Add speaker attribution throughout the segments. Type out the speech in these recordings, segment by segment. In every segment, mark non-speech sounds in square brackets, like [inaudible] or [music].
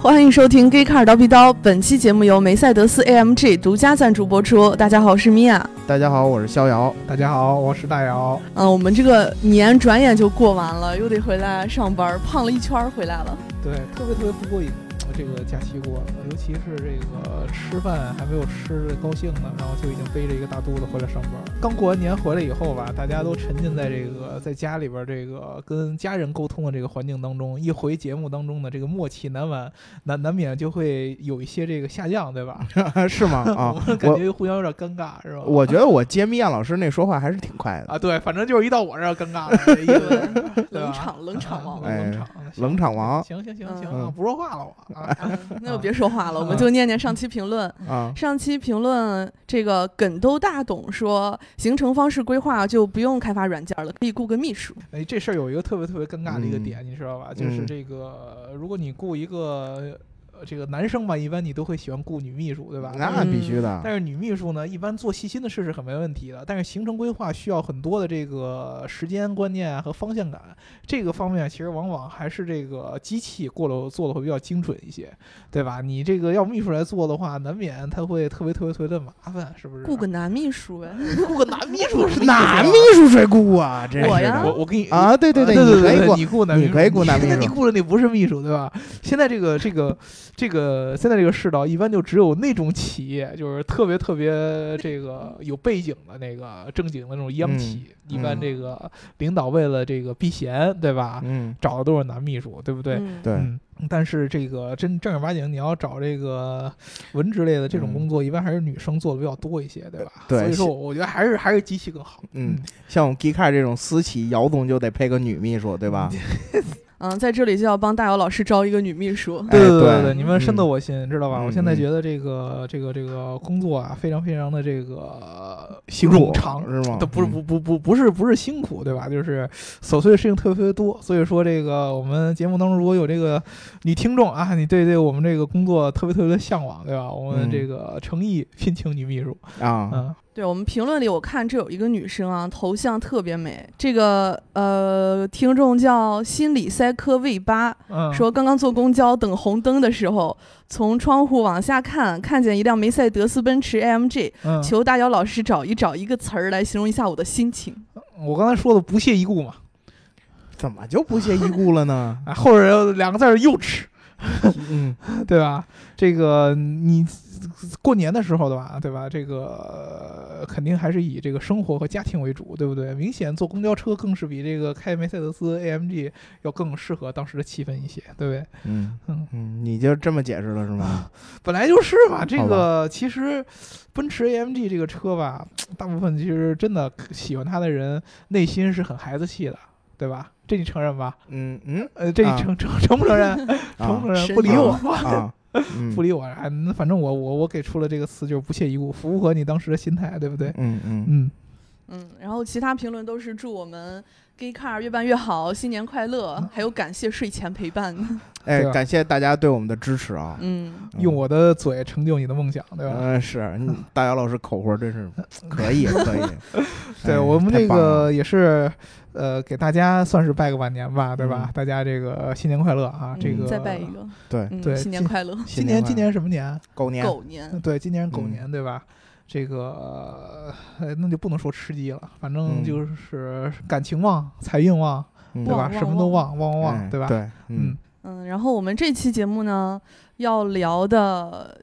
Speaker 1: 欢迎收听《Gay Car 刀逼刀》，本期节目由梅赛德斯 AMG 独家赞助播出。大家好，我是米娅。
Speaker 2: 大家好，我是逍遥。
Speaker 3: 大家好，我是大姚。
Speaker 1: 嗯、我们这个年转眼就过完了，又得回来上班，胖了一圈儿回来了。
Speaker 3: 对，特别特别不过瘾，这个假期过了，尤其是这个呃吃饭还没有吃高兴呢，然后就已经背着一个大肚子回来上班。刚过完年回来以后吧，大家都沉浸在这个在家里边这个跟家人沟通的这个环境当中，一回节目当中的这个默契难完难难免就会有一些这个下降，对吧？
Speaker 2: 是
Speaker 3: [laughs]
Speaker 2: 吗？啊
Speaker 3: 我，感
Speaker 2: 我
Speaker 3: 觉互相有点尴尬，是吧？
Speaker 2: 我觉得我接米娅老师那说话还是挺快的，
Speaker 3: 啊，对，反正就是一到我这儿尴尬了，这意思。对
Speaker 1: 冷
Speaker 3: 吧
Speaker 1: 场，冷场王。
Speaker 2: 哎
Speaker 3: 啊冷场，
Speaker 2: 冷场王
Speaker 3: 行行行行，
Speaker 2: 嗯
Speaker 3: 啊不说话了
Speaker 2: [laughs]
Speaker 3: 我啊。
Speaker 1: 嗯那就别说话了，我们就念念上期评论。
Speaker 2: 啊。
Speaker 1: 上期评论这个梗都大懂说，行程方式规划就不用开发软件了，可以雇个秘书。
Speaker 3: 哎，这事儿有一个特别特别尴尬的一个点，你知道吧？就是
Speaker 2: 嗯
Speaker 3: 这个，如果你雇一个呃这个男生吧，一般你都会喜欢雇女秘书，对吧？但
Speaker 2: 那
Speaker 3: 是
Speaker 2: 必须的，
Speaker 3: 但是女秘书呢，一般做细心的事是很没问题的，但是行程规划需要很多的这个时间观念啊和方向感，这个方面其实往往还是这个机器过了做的会比较精准一些，对吧？你这个要秘书来做的话，难免他会特别特别特别的麻烦，是不是？
Speaker 1: 雇个男秘书呗，
Speaker 3: 雇个男秘
Speaker 2: [laughs]
Speaker 3: 书是
Speaker 2: 哪秘书谁雇啊？真是
Speaker 1: 我呀
Speaker 3: 我
Speaker 2: 的
Speaker 3: 我给你
Speaker 2: 啊！对对
Speaker 3: 对
Speaker 2: 对你可以
Speaker 3: 对对，
Speaker 2: 雇，
Speaker 3: 你雇男
Speaker 2: 你
Speaker 3: 秘书，
Speaker 2: 可以雇男秘
Speaker 3: 现在
Speaker 2: 书
Speaker 3: 你雇的那不是秘书，对吧？现在这个这个这个现在这个世道，一般就只有那种企业，就是特别特别这个有背景的那个正经的那种央企，一般
Speaker 1: 嗯
Speaker 3: 这个领导为了这个避嫌，对吧？
Speaker 2: 嗯，
Speaker 3: 找的都是男秘书，对不对？
Speaker 1: 嗯
Speaker 2: 对，
Speaker 3: 嗯，但是这个真正儿八经，你要找这个文职类的这种
Speaker 2: 嗯
Speaker 3: 工作，一般还是女生做的比较多一些，对吧？
Speaker 2: 对
Speaker 3: 所以说
Speaker 2: 现
Speaker 3: 我觉得还是还是机器更好。
Speaker 2: 嗯，像我们 g e e k a 这种私企，姚总就得配个女秘书，对吧？
Speaker 1: 嗯，在这里就要帮大姚老师招一个女秘书。
Speaker 2: 哎
Speaker 3: 对对
Speaker 2: 对
Speaker 3: 对，你们深得
Speaker 2: 嗯
Speaker 3: 我心，知道吧？
Speaker 2: 嗯
Speaker 3: 我现在
Speaker 2: 嗯
Speaker 3: 觉得这个这个这个工作啊，非常非常的这个
Speaker 2: 辛
Speaker 3: 冗
Speaker 2: 苦
Speaker 3: 长。
Speaker 2: 是吗？
Speaker 3: 都不是
Speaker 2: 嗯
Speaker 3: 不不不不是不是辛苦对吧？就是琐碎的事情特别特别多，所以说这个我们节目当中如果有这个女听众啊，你对这个我们这个工作特别特别的向往对吧？我
Speaker 2: 嗯
Speaker 3: 们这个诚意聘请女秘书，
Speaker 2: 啊，
Speaker 3: 嗯，
Speaker 1: 对我们评论里，我看这有一个女生啊，头像特别美。这个呃，听众叫心理塞科魏八，
Speaker 3: 嗯
Speaker 1: 说刚刚坐公交等红灯的时候，从窗户往下看，看见一辆梅赛德斯奔驰 AMG，
Speaker 3: 嗯，
Speaker 1: 求大姚老师找一找一个词儿来形容一下我的心情。
Speaker 3: 我刚才说的不屑一顾嘛，
Speaker 2: 怎么就不屑一顾了
Speaker 3: [laughs]
Speaker 2: 呢？
Speaker 3: 啊，后边有两个字儿幼稚，
Speaker 2: 嗯，
Speaker 3: 对吧？这个你过年的时候的吧，对吧？这个呃肯定还是以这个生活和家庭为主，对不对？明显坐公交车更是比这个开梅赛德斯 AMG 要更适合当时的气氛一些，对不对？
Speaker 2: 嗯
Speaker 3: 嗯
Speaker 2: 嗯，你就这么解释了是
Speaker 3: [laughs]
Speaker 2: 吗？
Speaker 3: 本来就是嘛，这
Speaker 2: 好
Speaker 3: 个其实奔驰 AMG 这个车吧，大部分其实真的喜欢它的人内心是很孩子气的，对吧？这你承认吧？
Speaker 2: 嗯嗯
Speaker 3: 呃，这你
Speaker 2: 啊
Speaker 3: 承承承不
Speaker 2: [laughs]
Speaker 3: 承认？承不
Speaker 2: 啊
Speaker 3: 承认？
Speaker 1: 神
Speaker 3: 不理
Speaker 1: 经
Speaker 3: 我。
Speaker 2: 啊，嗯
Speaker 3: 不理我，哎，那反正我我我给出了这个词就是不屑一顾，符合你当时的心态，对不对？
Speaker 2: 嗯嗯
Speaker 3: 嗯，
Speaker 1: 嗯，然后其他评论都是祝我们 Gay Car 越办越好，新年快
Speaker 3: 嗯
Speaker 1: 乐，还有感谢睡前陪
Speaker 3: [laughs]
Speaker 1: 伴。
Speaker 2: 哎
Speaker 3: 对，吧
Speaker 2: 感谢大家对我们的支持啊！
Speaker 1: 嗯，
Speaker 2: 嗯
Speaker 3: 用我的嘴成就你的梦想，对吧？
Speaker 2: 嗯，是你
Speaker 3: [laughs]
Speaker 2: 大姚老师口活真是可以，可以。
Speaker 3: [laughs] 对
Speaker 2: 哎
Speaker 3: 我们
Speaker 2: 太
Speaker 3: 这
Speaker 2: 棒了
Speaker 3: 个也是，呃，给大家算是拜个晚年吧，对吧？
Speaker 2: 嗯
Speaker 3: 大家这个新年快乐啊！这
Speaker 1: 嗯
Speaker 3: 个
Speaker 1: 再拜一，个，
Speaker 2: 对
Speaker 1: 嗯，
Speaker 3: 对
Speaker 1: 新年
Speaker 3: 今
Speaker 1: 快乐，
Speaker 3: 今
Speaker 2: 新
Speaker 3: 年
Speaker 2: 年
Speaker 3: 今年什么年？
Speaker 2: 狗年
Speaker 1: 狗年。
Speaker 3: 对，今年是狗
Speaker 2: 嗯
Speaker 3: 年，对吧？这个呃那就不能说吃鸡了，反正
Speaker 2: 嗯
Speaker 3: 就是感情旺、财运旺，
Speaker 2: 嗯
Speaker 3: 对吧？
Speaker 1: 旺
Speaker 3: 什么都旺，旺旺
Speaker 2: 哎
Speaker 3: 旺，对吧？
Speaker 2: 对，嗯，
Speaker 1: 嗯，然后我们这期节目呢，要聊的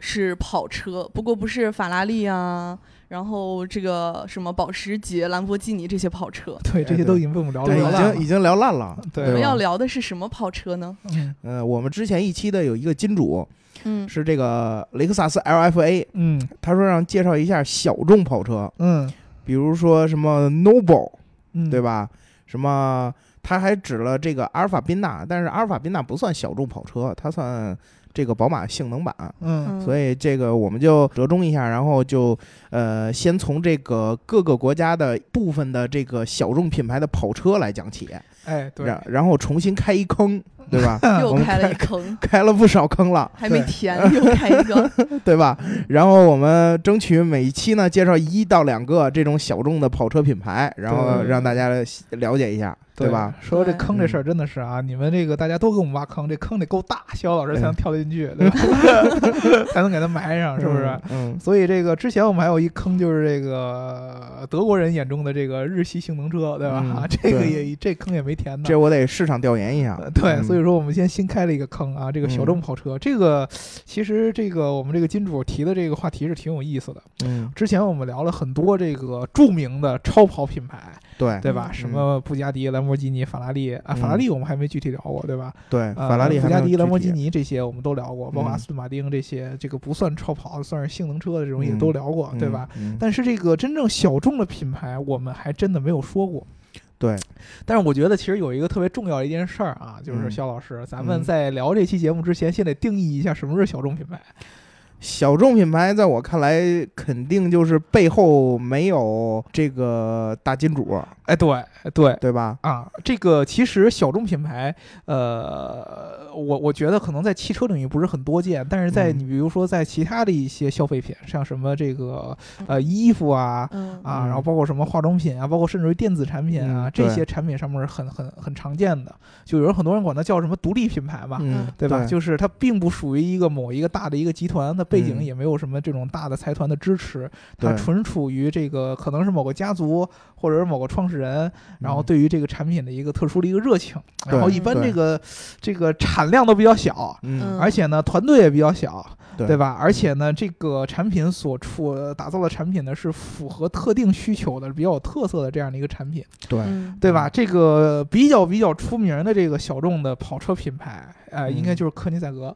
Speaker 1: 是跑车，不过不是法拉利啊，然后这个什么保时捷、兰博基尼这些跑车。
Speaker 3: 对，这些
Speaker 2: 哎对
Speaker 3: 都已经被我们聊
Speaker 2: 对，
Speaker 3: 聊
Speaker 2: 已
Speaker 3: 烂
Speaker 2: 经
Speaker 3: 了啊
Speaker 2: 已。经聊烂了，
Speaker 3: [laughs] 对
Speaker 1: 我
Speaker 2: 吧
Speaker 1: 们要聊的是什么跑车呢？
Speaker 3: 嗯
Speaker 2: 呃，我们之前一期的有一个金主
Speaker 1: 嗯，
Speaker 2: 是这个雷克萨斯 LFA，
Speaker 3: 嗯
Speaker 2: 他说让介绍一下小众跑车，
Speaker 3: 嗯，
Speaker 2: 比如说什么 Noble，
Speaker 3: 嗯，
Speaker 2: 对？吧？什么？他还指了这个阿尔法宾纳，但是阿尔法宾纳不算小众跑车，它算这个宝马性能版。
Speaker 3: 嗯
Speaker 2: 所以这个我们就折中一下，然后就呃，先从这个各个国家的部分的这个小众品牌的跑车来讲起，
Speaker 3: 哎，对，
Speaker 2: 然然后重新开一坑，对
Speaker 3: [laughs]
Speaker 2: 吧？
Speaker 1: 又
Speaker 2: 我们
Speaker 1: 开了一
Speaker 2: 开
Speaker 1: 坑，
Speaker 2: 开了不少坑了，
Speaker 1: 还没
Speaker 3: 对
Speaker 1: 填，又开一
Speaker 3: [laughs]
Speaker 1: 个。
Speaker 2: 对吧？然后我们争取每一期呢介绍一到两个这种小众的跑车品牌，然后
Speaker 3: 对
Speaker 2: 让大家了解一下，对吧？？嗯
Speaker 3: 说这
Speaker 1: 对
Speaker 3: 坑这事儿真的是啊，你们这个大家都给我们挖坑，这坑得够大，肖老师才能
Speaker 2: 嗯
Speaker 3: 跳得进去，
Speaker 2: [laughs]
Speaker 3: 对吧？ [laughs] 才能给他埋上，是不是？
Speaker 2: 嗯？嗯，
Speaker 3: 所以这个之前我们还有一坑，就是这个德国人眼中的这个日系性能车，对吧？
Speaker 2: 嗯
Speaker 3: [laughs] 这个
Speaker 2: 对
Speaker 3: 也这坑也没填呢。
Speaker 2: 这我得市场调研一下
Speaker 3: 呃。对，
Speaker 2: 嗯
Speaker 3: 所以说我们先新开了一个坑啊，这个小众跑车，这个其实这个我们这个金主提的这个话题是挺有意思的。
Speaker 2: 嗯，
Speaker 3: 之前我们聊了很多这个著名的超跑品牌，
Speaker 2: 对
Speaker 3: 对吧？
Speaker 1: 嗯
Speaker 3: 什么布加迪、兰博基尼、法拉利啊，法拉
Speaker 2: 嗯
Speaker 3: 利我们还没具体聊过，对吧？
Speaker 2: 对，
Speaker 3: 呃
Speaker 2: 法拉利、
Speaker 3: 布
Speaker 2: 还
Speaker 3: 加
Speaker 2: 没有
Speaker 3: 迪、兰博
Speaker 2: 具
Speaker 3: 基
Speaker 2: 体，
Speaker 3: 尼这些我们都聊过，包括
Speaker 2: 嗯
Speaker 3: 阿斯顿马丁这些，这个不算超跑，算是性能车的这种也
Speaker 2: 嗯
Speaker 3: 都聊过，对吧？
Speaker 2: 嗯？嗯
Speaker 3: 但是这个真正小众的品牌，我们还真的没有说过。
Speaker 2: 对，
Speaker 3: 但是我觉得其实有一个特别重要的一件事儿啊，就是
Speaker 2: 嗯
Speaker 3: 肖老师，咱们
Speaker 2: 嗯
Speaker 3: 在聊这期节目之前，先得定义一下什么是小众品牌。
Speaker 2: 小众品牌在我看来，肯定就是背后没有这个大金主，
Speaker 3: 哎，对对
Speaker 2: 对吧？
Speaker 3: 啊，这个其实小众品牌，呃，我我觉得可能在汽车领域不是很多见，但是在
Speaker 2: 嗯
Speaker 3: 你比如说在其他的一些消费品，像什么这个呃衣服啊，
Speaker 1: 嗯
Speaker 3: 啊，
Speaker 2: 嗯
Speaker 3: 然后包括什么化妆品啊，包括甚至于电子产品啊，
Speaker 2: 嗯
Speaker 3: 这
Speaker 2: 对
Speaker 3: 些产品上面是很很很常见的。就有人很多人管它叫什么独立品牌嘛，
Speaker 2: 嗯，
Speaker 3: 对吧就是它并不属于一个某一个大的一个集团，它背景
Speaker 2: 嗯
Speaker 3: 也没有什么这种大的财团的支持，它
Speaker 2: 对
Speaker 3: 纯属于这个可能是某个家族或者是某个创始人，然后
Speaker 2: 嗯
Speaker 3: 对于这个产品的一个特殊的一个热情。
Speaker 2: 对
Speaker 3: 然后一般
Speaker 2: 对
Speaker 3: 这个这个产量都比较小，
Speaker 2: 嗯，
Speaker 1: 嗯
Speaker 3: 而且呢团队也比较小，
Speaker 2: 对嗯
Speaker 3: 对吧？而且呢，这个产品所处呃打造的产品呢，是符合特定需求的，比较有特色的这样的一个产品，
Speaker 2: 对，
Speaker 1: 嗯
Speaker 3: 对吧？
Speaker 2: 嗯
Speaker 3: 这个比较比较出名的这个小众的跑车品牌，呃，
Speaker 2: 嗯
Speaker 3: 应该就是科尼赛格。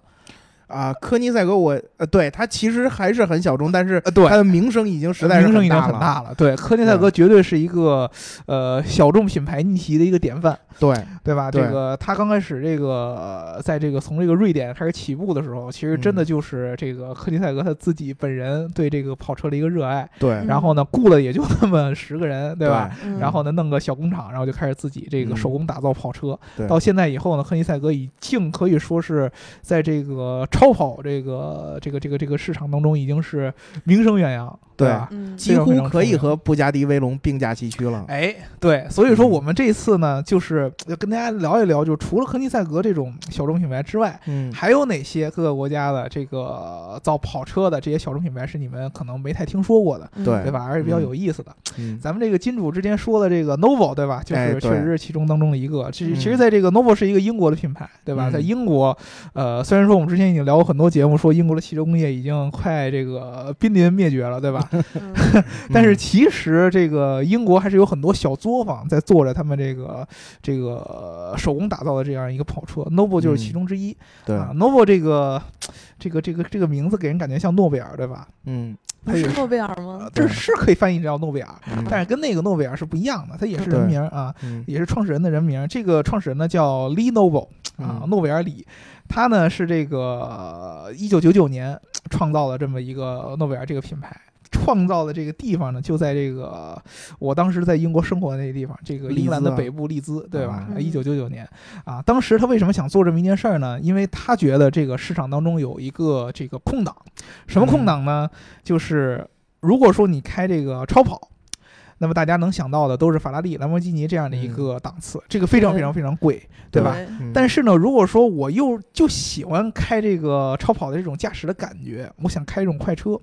Speaker 2: 啊，科尼赛格我呃，对它其实还是很小众，但是
Speaker 3: 呃，对
Speaker 2: 它。的名声已经实在是
Speaker 3: 名声已经
Speaker 2: 大
Speaker 3: 很
Speaker 2: 了。
Speaker 3: 大了，对，科尼赛格绝对是一个呃小众品牌逆袭的一个典范，
Speaker 2: 对，
Speaker 3: 对吧？
Speaker 2: 对
Speaker 3: 这个他刚开始这个呃在这个从这个瑞典开始起步的时候，其实真的
Speaker 2: 嗯
Speaker 3: 就是这个科尼赛格他自己本人对这个跑车的一个热爱，
Speaker 2: 对，
Speaker 3: [laughs] 然后呢雇了也就那么十个人，嗯对吧？
Speaker 1: 嗯
Speaker 3: 然后呢，弄个小工厂，然后就开始自己这个
Speaker 2: 嗯
Speaker 3: 手工打造跑车。
Speaker 2: 对
Speaker 3: 到现在以后呢，亨利赛格已经可以说是在这个超跑这个这个这个这个市场当中已经是名声远扬，
Speaker 2: 对
Speaker 3: 吧？
Speaker 1: 嗯
Speaker 2: 几乎可以和布加迪威龙并驾齐驱了。
Speaker 3: 哎，对，所以说
Speaker 2: 嗯
Speaker 3: 我们这次呢，就是要跟大家聊一聊，就除了亨利赛格这种小众品牌之外，
Speaker 2: 嗯，
Speaker 3: 还有哪些各个国家的这个造跑车的这些小众品牌是你们可能没太听说过的，
Speaker 1: 嗯
Speaker 2: 对
Speaker 3: 对吧？而且比较
Speaker 2: 嗯
Speaker 3: 有意思的。
Speaker 2: 嗯
Speaker 3: 咱们这个金主之前说的这个 Novo 对吧？就
Speaker 2: 哎
Speaker 3: 是
Speaker 2: 对
Speaker 3: 确实是其中当中的一个。其实
Speaker 2: 嗯
Speaker 3: 其实，在这个 Novo 是一个英国的品牌，对吧？
Speaker 2: 嗯
Speaker 3: 在英国，呃，虽然说我们之前已经聊过很多节目，说英国的汽车工业已经快这个濒临灭绝了，对吧？
Speaker 1: 嗯
Speaker 3: 但是其实这个英国还是有很多小作坊在做着他们这个这个呃手工打造的这样一个跑车，Novo 就是其中之一、
Speaker 2: 嗯对，
Speaker 3: 啊。Novo 这个这个这个这个名字给人感觉像诺贝尔，对吧？
Speaker 2: 嗯，
Speaker 1: 不是诺贝尔吗？
Speaker 3: 这
Speaker 2: 对
Speaker 3: 是可以翻译叫诺贝尔，
Speaker 2: 嗯
Speaker 3: 但是跟那个诺贝尔是不一样的，它也是人
Speaker 2: 对
Speaker 3: 名儿啊。
Speaker 2: 嗯
Speaker 3: 也是创始人的人名儿。这个创始人呢叫 Lee Noble 啊，
Speaker 2: 嗯
Speaker 3: 诺贝尔里，他呢是这个一九九九年创造了这么一个诺贝尔这个品牌。创造的这个地方呢，就在这个我当时在英国生活的那个地方，这个
Speaker 2: 利兹
Speaker 3: 英格兰的
Speaker 2: 啊
Speaker 3: 北部利兹，对吧？
Speaker 1: 嗯
Speaker 3: 一九九九年啊，当时他为什么想做这么一件事儿呢？因为他觉得这个市场当中有一个这个空档，什么
Speaker 2: 嗯
Speaker 3: 空档呢？就是如果说你开这个超跑，那么大家能想到的都是法拉利、兰博基尼这样的一个档次，这个非常非常非常贵， [laughs] 对吧？？
Speaker 2: 嗯
Speaker 3: 但是呢，如果说我又就喜欢开这个超跑的这种驾驶的感觉，我想开这种快车，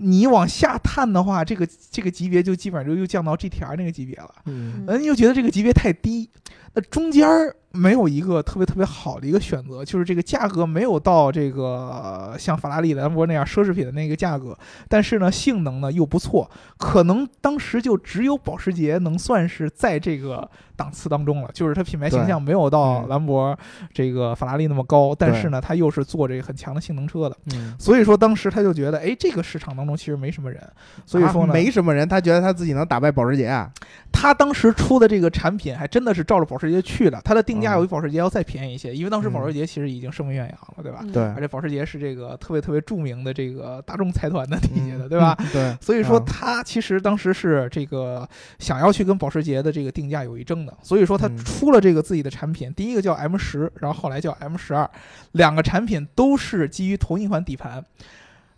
Speaker 3: 你往下探的话，这个这个级别就基本上就又降到 GTR 那个级别了。
Speaker 2: 嗯
Speaker 3: 嗯，又觉得这个级别太低，那中间儿没有一个特别特别好的一个选择，就是这个价格没有到这个呃像法拉利的兰博那样奢侈品的那个价格，但是呢，性能呢又不错，可能当时就只有保时捷能算是在这个档次当中了，就是它品牌形
Speaker 2: 对
Speaker 3: 象没有到
Speaker 2: 嗯
Speaker 3: 兰博、这个法拉利那么高，但
Speaker 2: 对
Speaker 3: 是呢，它又是做这个很强的性能车的，
Speaker 2: 嗯，
Speaker 3: 所以说当时他就觉得，哎，这个市场当中其实没什么人，所以
Speaker 2: 啊
Speaker 3: 说呢，
Speaker 2: 没什么人，他觉得他自己能打败保时捷啊。
Speaker 3: 他当时出的这个产品还真的是照着保时捷去的，它的定价
Speaker 2: 嗯
Speaker 3: 要比保时捷要再便宜一些，因为当时保时捷其实已经声名远扬了，对吧？
Speaker 1: 嗯
Speaker 2: 对，
Speaker 3: 而且保时捷是这个特别特别著名的这个大众财团的底下的，对吧？
Speaker 2: 嗯？对，
Speaker 3: 所以说
Speaker 2: 嗯
Speaker 3: 他其实当时是这个想要去跟保时捷的这个定价有一争的，所以说他
Speaker 2: 嗯
Speaker 3: 出了这个自己的产品，第一个叫 M 十，然后后来叫 M 十二，两个产品都是基于同一款底盘。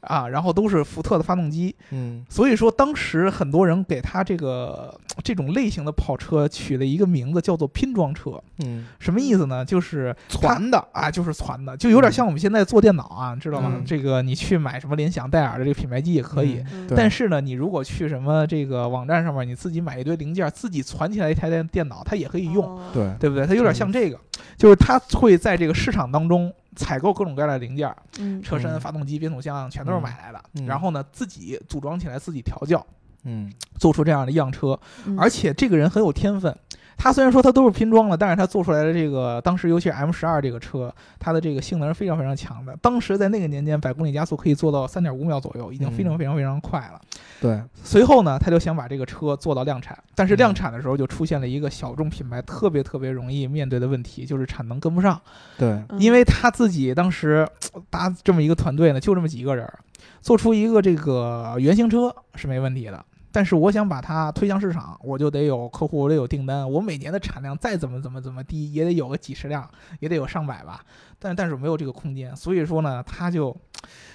Speaker 3: 啊，然后都是福特的发动机，
Speaker 2: 嗯
Speaker 3: 所以说当时很多人给他这个这种类型的跑车取了一个名字，叫做拼装车。
Speaker 2: 嗯，
Speaker 3: 什么意思呢？就是
Speaker 2: 传的
Speaker 3: 啊，就是传的，就有点像我们现在做电脑啊，你知道吗？
Speaker 2: 嗯
Speaker 3: 这个你去买什么联想、戴尔的这个品牌机也可以，，
Speaker 1: 嗯
Speaker 2: 对
Speaker 3: 但是呢，你如果去什么这个网站上面，你自己买一堆零件，自己攒起来一台电电脑，它也可以用，
Speaker 1: 哦
Speaker 2: 对，
Speaker 3: 对不对？它
Speaker 2: 嗯
Speaker 3: 有点像这个，就是它会在这个市场当中采购各种各样的零件，
Speaker 1: 嗯
Speaker 3: 车身、
Speaker 2: 嗯
Speaker 3: 发动机、变速箱全都是买来的，
Speaker 2: 嗯嗯
Speaker 3: 然后呢，自己组装起来，自己调教，
Speaker 2: 嗯
Speaker 3: 做出这样的样车。
Speaker 1: 嗯
Speaker 3: 而且这个人很有天分。他虽然说他都是拼装了，但是他做出来的这个，当时尤其是 M 十二这个车，它的这个性能是非常非常强的。当时在那个年间，百公里加速可以做到三点五秒左右，已经非常
Speaker 2: 嗯
Speaker 3: 非常非常快了。
Speaker 2: 对，
Speaker 3: 随后呢，他就想把这个车做到量产，但是
Speaker 2: 嗯
Speaker 3: 量产的时候就出现了一个小众品牌特别特别容易面对的问题，就是产能跟不上。
Speaker 2: 对，
Speaker 1: 嗯
Speaker 3: 因为他自己当时搭这么一个团队呢，就这么几个人儿，做出一个这个原型车是没问题的。但是我想把它推向市场，我就得有客户，我得有订单。我每年的产量再怎么怎么怎么低，也得有个几十辆，也得有上百吧。但但是没有这个空间，所以说呢，他就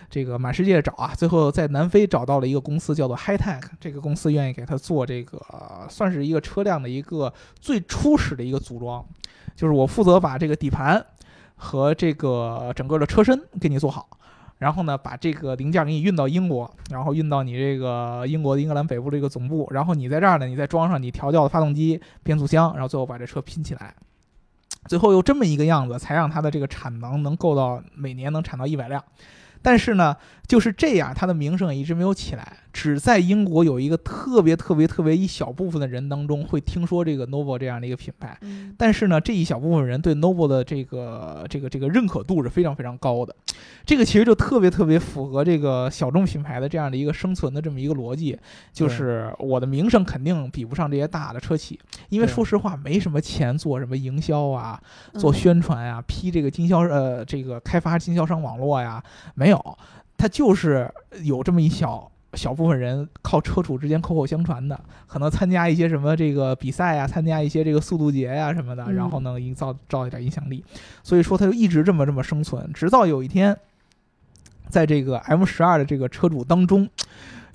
Speaker 3: 这个满世界找啊，最后在南非找到了一个公司，叫做 High Tech。这个公司愿意给他做这个，呃算是一个车辆的一个最初始的一个组装，就是我负责把这个底盘和这个整个的车身给你做好。然后呢，把这个零件给你运到英国，然后运到你这个英国的英格兰北部这个总部，然后你在这儿呢，你再装上你调教的发动机、变速箱，然后最后把这车拼起来，最后又这么一个样子，才让它的这个产能能够到每年能产到一百辆。但是呢，就是这样，它的名声也一直没有起来，只在英国有一个特别特别特别一小部分的人当中会听说这个 Novo 这样的一个品牌。
Speaker 1: 嗯
Speaker 3: 但是呢，这一小部分人对 Novo 的这个这个这个认可度是非常非常高的，这个其实就特别特别符合这个小众品牌的这样的一个生存的这么一个逻辑，就是我的名声肯定比不上这些大的车企，因为
Speaker 2: 对
Speaker 3: 说实话没什么钱做什么营销啊，
Speaker 1: 嗯
Speaker 3: 做宣传呀、批这个经销呃这个开发经销商网络呀，没有，它就是有这么一小小部分人靠车主之间口口相传的，可能参加一些什么这个比赛啊，参加一些这个速度节呀、什么的，
Speaker 1: 嗯
Speaker 3: 然后呢营造造一点影响力，所以说它就一直这么这么生存，直到有一天，在这个 M 十二的这个车主当中，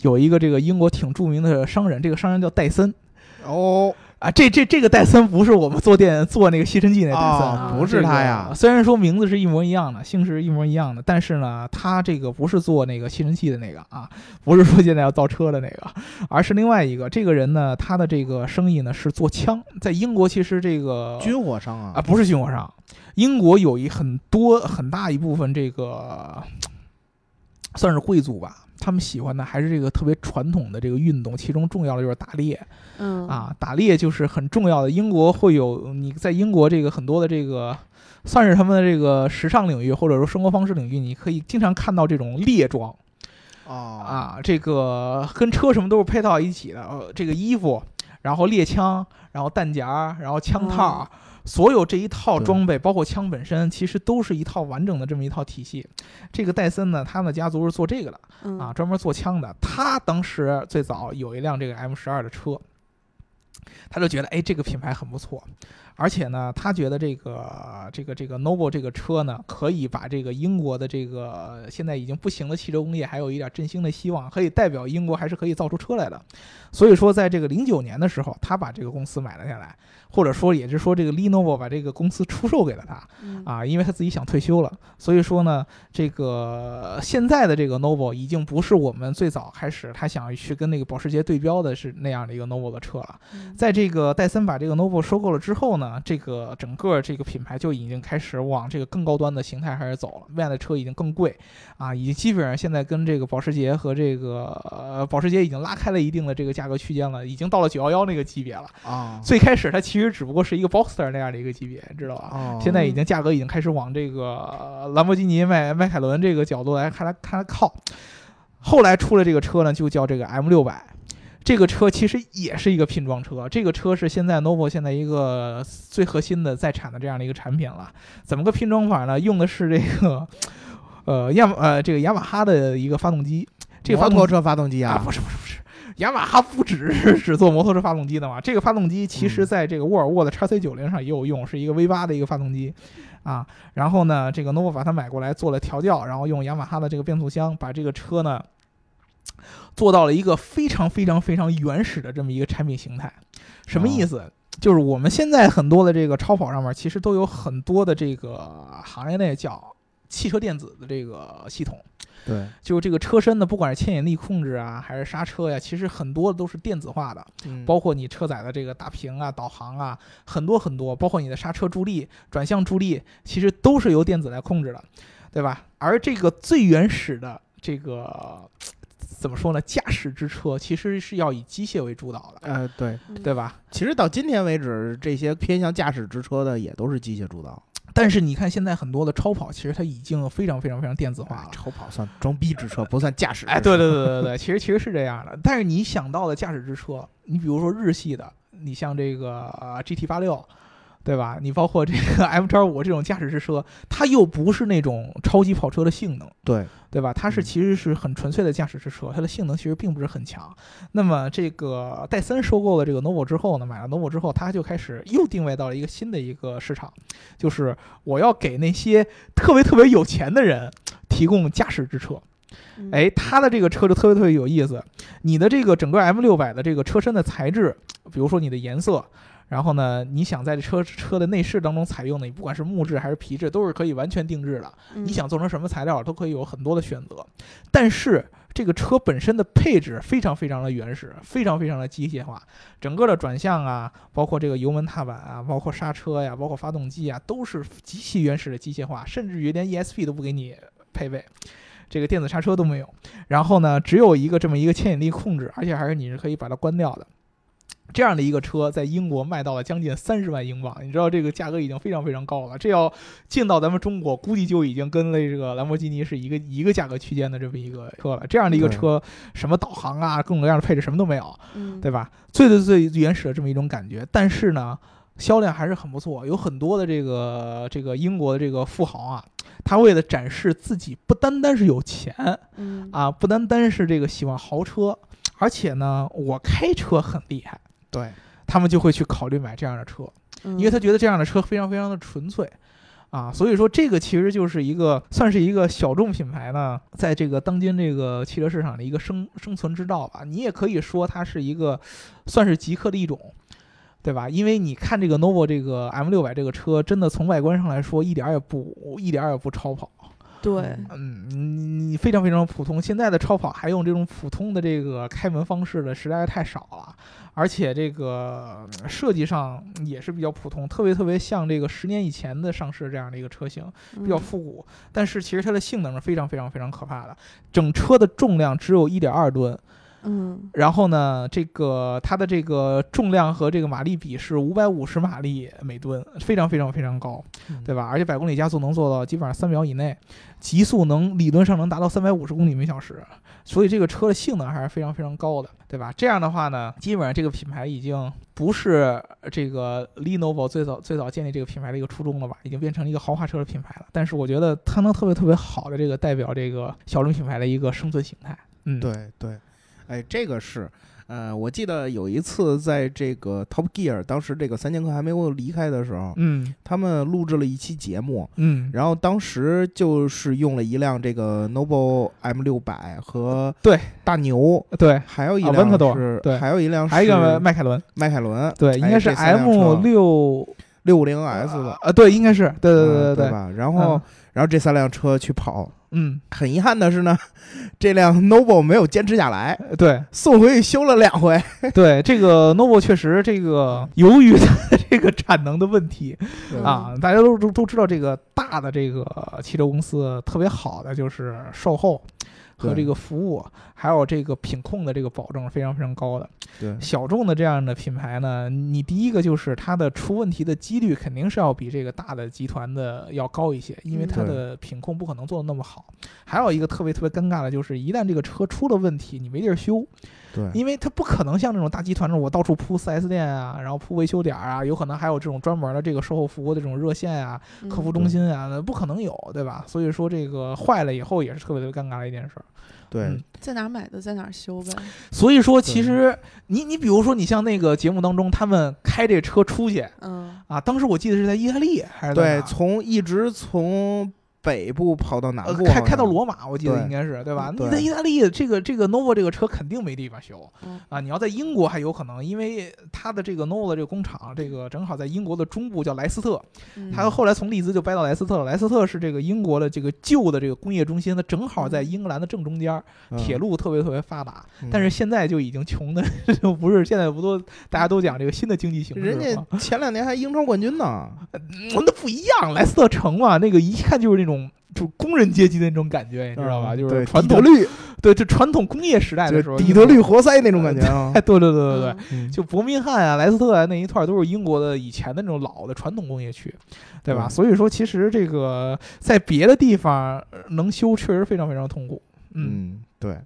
Speaker 3: 有一个这个英国挺著名的商人，这个商人叫戴森。
Speaker 2: 哦，
Speaker 3: 啊，这这这个戴森不是我们做电做那个吸尘器那戴森
Speaker 1: 啊
Speaker 2: 哦不是他呀
Speaker 3: 这个虽然说名字是一模一样的，姓氏一模一样的，但是呢，他这个不是做那个吸尘器的那个啊，不是说现在要造车的那个，而是另外一个。这个人呢，他的这个生意呢是做枪，在英国其实这个
Speaker 2: 军火商啊
Speaker 3: 啊，不是军火商，英国有一很多很大一部分这个算是贵族吧，他们喜欢的还是这个特别传统的这个运动，其中重要的就是打猎。
Speaker 1: 嗯
Speaker 3: 啊，打猎就是很重要的。英国会有你在英国这个很多的这个，算是他们的这个时尚领域或者说生活方式领域，你可以经常看到这种猎装
Speaker 2: 啊
Speaker 3: 啊，这个跟车什么都是配套一起的，呃，这个衣服，然后猎枪，然后弹夹，然后枪套。所有这一套
Speaker 2: 嗯对
Speaker 3: 装备，包括枪本身，其实都是一套完整的这么一套体系。这个戴森呢，他们的家族是做这个的，
Speaker 1: 嗯
Speaker 3: 啊，专门做枪的。他当时最早有一辆这个 M 十二的车，他就觉得哎，这个品牌很不错，而且呢，他觉得这个这个这个 Novo 这个车呢，可以把这个英国的这个现在已经不行的汽车工业还有一点振兴的希望，可以代表英国还是可以造出车来的。所以说，在这个零九年的时候，他把这个公司买了下来，或者说也是说这个 Lenovo 把这个公司出售给了他。
Speaker 1: 嗯
Speaker 3: 啊，因为他自己想退休了，所以说呢，这个现在的这个 Novo 已经不是我们最早开始他想去跟那个保时捷对标的是那样的一个 Novo 的车了。
Speaker 1: 嗯
Speaker 3: 在这个戴森把这个 Novo 收购了之后呢，这个整个这个品牌就已经开始往这个更高端的形态开始走了，卖的车已经更贵啊，已经基本上现在跟这个保时捷和这个呃保时捷已经拉开了一定的这个价格区间了，已经到了911那个级别了。
Speaker 2: 啊，
Speaker 3: 最开始它其实只不过是一个 Boxster 那样的一个级别，知道吧？
Speaker 2: 哦
Speaker 3: 现在已经价格已经开始往这个呃兰博基尼、迈迈凯伦这个角度来看来看来靠。后来出了这个车呢，就叫这个 M 六百。这个车其实也是一个拼装车，这个车是现在 Novo 现在一个最核心的在产的这样的一个产品了。怎么个拼装法呢？用的是这个，呃，亚马呃这个雅马哈的一个发动机，这个发
Speaker 2: 摩
Speaker 3: 动
Speaker 2: 托车发动机
Speaker 3: 啊，
Speaker 2: 啊
Speaker 3: 不，是不是不是，雅马哈不只是只做摩托车发动机的嘛，这个发动机其实
Speaker 2: 嗯
Speaker 3: 在这个沃尔沃的 x C 九零上也有用，是一个 V 八的一个发动机，啊，然后呢，这个 Novo 把它买过来做了调教，然后用雅马哈的这个变速箱把这个车呢。做到了一个非常非常非常原始的这么一个产品形态，什么
Speaker 2: 哦
Speaker 3: 意思？就是我们现在很多的这个超跑上面，其实都有很多的这个行业内叫汽车电子的这个系统。
Speaker 2: 对，
Speaker 3: 就这个车身呢，不管是牵引力控制啊，还是刹车呀、其实很多都是电子化的，
Speaker 2: 嗯
Speaker 3: 包括你车载的这个大屏啊、导航啊，很多很多，包括你的刹车助力、转向助力，其实都是由电子来控制的，对吧？而这个最原始的这个怎么说呢？驾驶之车其实是要以机械为主导的，
Speaker 2: 呃对，
Speaker 3: 对吧？
Speaker 2: 其实到今天为止，这些偏向驾驶之车的也都是机械主导，
Speaker 3: 但是你看现在很多的超跑，其实它已经非常非常非常电子化
Speaker 2: 哎
Speaker 3: 了。
Speaker 2: 超跑算装逼之车，不算驾驶之车。
Speaker 3: 哎，对对对对对，其实其实是这样的。但是你想到的驾驶之车，你比如说日系的，你像这个、呃、GT 八六，对吧？你包括这个 M 叉五这种驾驶之车，它又不是那种超级跑车的性能，
Speaker 2: 对，
Speaker 3: 对吧？它是
Speaker 2: 嗯
Speaker 3: 其实是很纯粹的驾驶之车，它的性能其实并不是很强。那么这个戴森收购了这个 Novo 之后呢，买了 Novo 之后，它就开始又定位到了一个新的一个市场，就是我要给那些特别特别有钱的人提供驾驶之车。
Speaker 1: 嗯
Speaker 3: 哎，，它的这个车就特别特别有意思。你的这个整个 M 六百的这个车身的材质，比如说你的颜色，然后呢，你想在这车车的内饰当中采用的，你不管是木质还是皮质，都是可以完全定制的。
Speaker 1: 嗯
Speaker 3: 你想做成什么材料，都可以有很多的选择。但是这个车本身的配置非常非常的原始，非常非常的机械化，整个的转向啊，包括这个油门踏板啊，包括刹车呀、包括发动机啊，都是极其原始的机械化，甚至于连 ESP 都不给你配备。这个电子刹车都没有，然后呢，只有一个这么一个牵引力控制，而且还是你是可以把它关掉的。这样的一个车在英国卖到了将近三十万英镑，你知道这个价格已经非常非常高了。这要进到咱们中国，估计就已经跟那这个兰博基尼是一个一个价格区间的这么一个车了。这样的一个
Speaker 2: 对
Speaker 3: 车，什么导航啊，各种各样的配置什么都没有，
Speaker 1: 嗯
Speaker 3: 对吧？最最最原始的这么一种感觉，但是呢，销量还是很不错。有很多的这个这个英国的这个富豪啊，他为了展示自己不单单是有钱，
Speaker 1: 嗯
Speaker 3: 啊，不单单是这个喜欢豪车，而且呢，我开车很厉害，
Speaker 2: 对，
Speaker 3: 他们就会去考虑买这样的车，
Speaker 1: 嗯
Speaker 3: 因为他觉得这样的车非常非常的纯粹。啊，所以说这个其实就是一个算是一个小众品牌呢，在这个当今这个汽车市场的一个生生存之道吧。你也可以说它是一个算是极客的一种，对吧？因为你看这个 Novo 这个 M 六百这个车，真的从外观上来说，一点儿也不一点儿也不超跑。
Speaker 1: 对，
Speaker 3: 嗯，你你非常非常普通。现在的超跑还用这种普通的这个开门方式的，实在是太少了。而且这个嗯设计上也是比较普通，特别特别像这个十年以前的上市这样的一个车型，比较
Speaker 1: 嗯
Speaker 3: 复古。但是其实它的性能是非常非常非常可怕的，整车的重量只有一点二吨，
Speaker 1: 嗯
Speaker 3: 然后呢，这个它的这个重量和这个马力比是五百五十马力每吨，非常非常非常高，
Speaker 2: 嗯
Speaker 3: 对吧？而且百公里加速能做到基本上三秒以内，极速能理论上能达到三百五十公里每小时，所以这个车的性能还是非常非常高的，对吧？这样的话呢，基本上这个品牌已经不是这个 Lenovo 最早最早建立这个品牌的一个初衷了吧，已经变成了一个豪华车的品牌了。但是我觉得它能特别特别好的这个代表这个小众品牌的一个生存形态，嗯，
Speaker 2: 对对，哎，这个是，呃，我记得有一次在这个 Top Gear，当时这个三剑客还没有离开的时候，
Speaker 3: 嗯
Speaker 2: 他们录制了一期节目，
Speaker 3: 嗯。
Speaker 2: 然后当时就是用了一辆这个 Noble M 六百和
Speaker 3: 对
Speaker 2: 大牛，
Speaker 3: 对，
Speaker 2: 还有一
Speaker 3: 啊
Speaker 2: 辆
Speaker 3: 温特多
Speaker 2: 是
Speaker 3: 对
Speaker 2: 还有一辆
Speaker 3: 还有一个
Speaker 2: 是
Speaker 3: 迈凯伦，
Speaker 2: 迈凯伦，哎
Speaker 3: 对，应该是 M 六
Speaker 2: 六五零 S 的，
Speaker 3: 呃，对，应该是，对对
Speaker 2: 嗯
Speaker 3: 对对，
Speaker 2: 吧？然后、
Speaker 3: 嗯
Speaker 2: 然后这三辆车去跑。
Speaker 3: 嗯，
Speaker 2: 很遗憾的是呢，这辆 Noble 没有坚持下来，
Speaker 3: 呃对
Speaker 2: 送回去修了两回。
Speaker 3: 对，这个 Novo 确实这个由于它的这个产能的问题
Speaker 2: 嗯
Speaker 3: 啊，大家都都都知道这个大的这个汽车公司特别好的就是售后。和
Speaker 2: 对
Speaker 3: 这个服务，还有这个品控的这个保证非常非常高的。
Speaker 2: 对
Speaker 3: 小众的这样的品牌呢，你第一个就是它的出问题的几率肯定是要比这个大的集团的要高一些，因为
Speaker 1: 嗯
Speaker 3: 它的品控不可能做的那么好。还有一个特别特别尴尬的就是，一旦这个车出了问题，你没地儿修，
Speaker 2: 对，
Speaker 3: 因为它不可能像这种大集团这种我到处铺 4S 店啊，然后铺维修点儿啊，有可能还有这种专门的这个售后服务的这种热线啊、
Speaker 1: 嗯
Speaker 3: 客服中心啊，那不可能有，对吧？所以说这个坏了以后也是特别特别尴尬的一件事儿。
Speaker 2: 对，
Speaker 3: 嗯
Speaker 1: 在哪儿买的在哪儿修呗。
Speaker 3: 所以说，其
Speaker 2: 对
Speaker 3: 实你你比如说，你像那个节目当中，他们开这车出去
Speaker 1: 嗯，
Speaker 3: 啊，当时我记得是在意大利还是在
Speaker 2: 对，
Speaker 3: 哪啊
Speaker 2: 从一直从北部跑到南
Speaker 3: 呃
Speaker 2: 部，
Speaker 3: 开开到
Speaker 2: 好像
Speaker 3: 罗马，我记得
Speaker 2: 对
Speaker 3: 应该是对吧？
Speaker 2: 对
Speaker 3: 你在意大利这个这个 Nova 这个车肯定没地方修
Speaker 1: 嗯
Speaker 3: 啊，你要在英国还有可能，因为它的这个 Nova 这个工厂，这个正好在英国的中部叫莱斯特，
Speaker 1: 嗯
Speaker 3: 它后来从利兹就掰到莱斯特了。莱斯特是这个英国的这个旧的这个工业中心，它正好在
Speaker 1: 嗯
Speaker 3: 英格兰的正中间儿，
Speaker 2: 嗯
Speaker 3: 铁路特别特别发达。
Speaker 2: 嗯
Speaker 3: 但是现在就已经穷的 [laughs] 就不是现在不都大家都讲这个新的经济形势
Speaker 2: 人
Speaker 3: 吗
Speaker 2: 家前两年还英超冠军呢，
Speaker 3: 嗯那不一样，莱斯特城嘛，那个一看就是那种就工人阶级的那种感觉，你知道吧？
Speaker 2: 嗯
Speaker 3: 就是
Speaker 2: 对
Speaker 3: 传
Speaker 2: 底特
Speaker 3: 统
Speaker 2: 律，
Speaker 3: 对，就传统工业时代的时
Speaker 2: 就
Speaker 3: 候，
Speaker 2: 底特律活塞那种感觉啊
Speaker 3: [laughs] 哎，，对对对对对。
Speaker 1: 嗯
Speaker 2: 嗯
Speaker 3: 就伯明翰啊、莱斯特啊那一块儿都是英国的以前的那种老的传统工业区，对吧？
Speaker 2: 嗯
Speaker 3: 所以说，其实这个在别的地方呃能修，确实非常非常痛苦。嗯
Speaker 2: 嗯，对。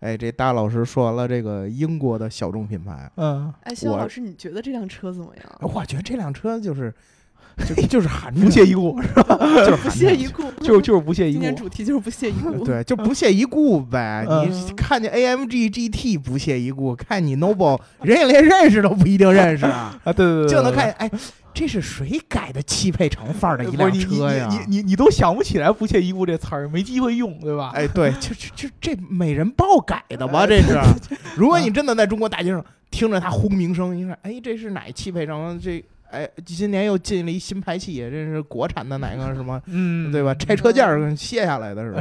Speaker 2: 哎，这大老师说完了这个英国的小众品牌， [laughs]
Speaker 3: 嗯，
Speaker 1: 哎，肖
Speaker 2: 我
Speaker 1: 老师，你觉得这辆车怎么样？
Speaker 2: 我觉得这辆车就是
Speaker 3: [laughs]
Speaker 2: 就就是含着
Speaker 3: 不屑一顾， [laughs]
Speaker 2: 就是
Speaker 1: 不
Speaker 2: 含
Speaker 1: 屑
Speaker 2: 着
Speaker 1: 一顾，
Speaker 3: 就就是不屑一
Speaker 1: [laughs] 今
Speaker 3: 顾。，
Speaker 1: 天主题就是不屑一顾。
Speaker 2: [laughs] 对，就不屑一顾呗。你
Speaker 1: 嗯
Speaker 2: 看见 AMG GT 不屑一顾，看你 Noble 人家连认识都不一定认识啊
Speaker 3: 啊，对 [laughs] 对对对，
Speaker 2: 就能
Speaker 3: 对
Speaker 2: 看见哎，这是谁改的汽配城范儿的一
Speaker 3: 不是
Speaker 2: 辆
Speaker 3: 你
Speaker 2: 车呀
Speaker 3: 你？你你你都想不起来“不屑一顾”这词儿，没机会用，对吧？
Speaker 2: 哎，对，就就就这美人豹改的吧？
Speaker 3: 哎
Speaker 2: 这是，
Speaker 3: [laughs]
Speaker 2: 如果
Speaker 3: 啊
Speaker 2: 你真的在中国大街上听着它轰鸣声，你说，哎，这是哪汽配城？这哎，今年又进了一新排气，这是国产的哪个什么？
Speaker 3: 嗯
Speaker 2: 对吧？拆车件儿卸下来的是吧？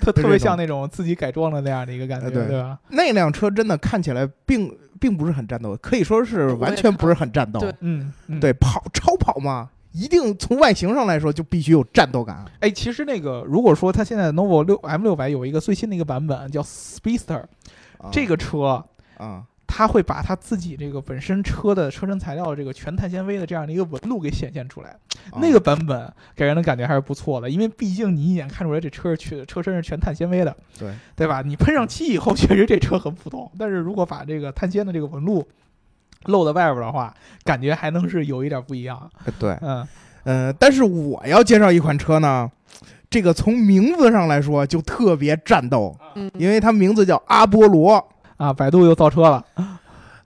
Speaker 3: 特特别
Speaker 2: 这种
Speaker 3: 像那种自己改装的那样的一个感觉，
Speaker 2: 哎对
Speaker 3: 对吧？
Speaker 2: 那辆车真的看起来并并不是很战斗，可以说是完全不是很战斗。
Speaker 1: 对
Speaker 3: 嗯，嗯
Speaker 2: 对，跑超跑嘛，一定从外形上来说就必须有战斗感。
Speaker 3: 哎，其实那个，如果说它现在 Novo 六 M 六百有一个最新的一个版本叫 Speedster，、
Speaker 2: 啊
Speaker 3: 这个车
Speaker 2: 啊，
Speaker 3: 它会把它自己这个本身车的车身材料的这个全碳纤维的这样的一个纹路给显现出来。
Speaker 2: 啊
Speaker 3: 那个版本给人的感觉还是不错的，因为毕竟你一眼看出来这车是全车身是全碳纤维的，
Speaker 2: 对
Speaker 3: 对吧？你喷上漆以后，确实这车很普通，但是如果把这个碳纤的这个纹路露在外边儿的话，感觉还能是有一点不一样。
Speaker 2: 哎对，
Speaker 3: 嗯，
Speaker 2: 呃，但是我要介绍一款车呢，这个从名字上来说就特别战斗，
Speaker 1: 嗯，
Speaker 2: 因为它名字叫阿波罗。
Speaker 3: 啊，百度又造车了，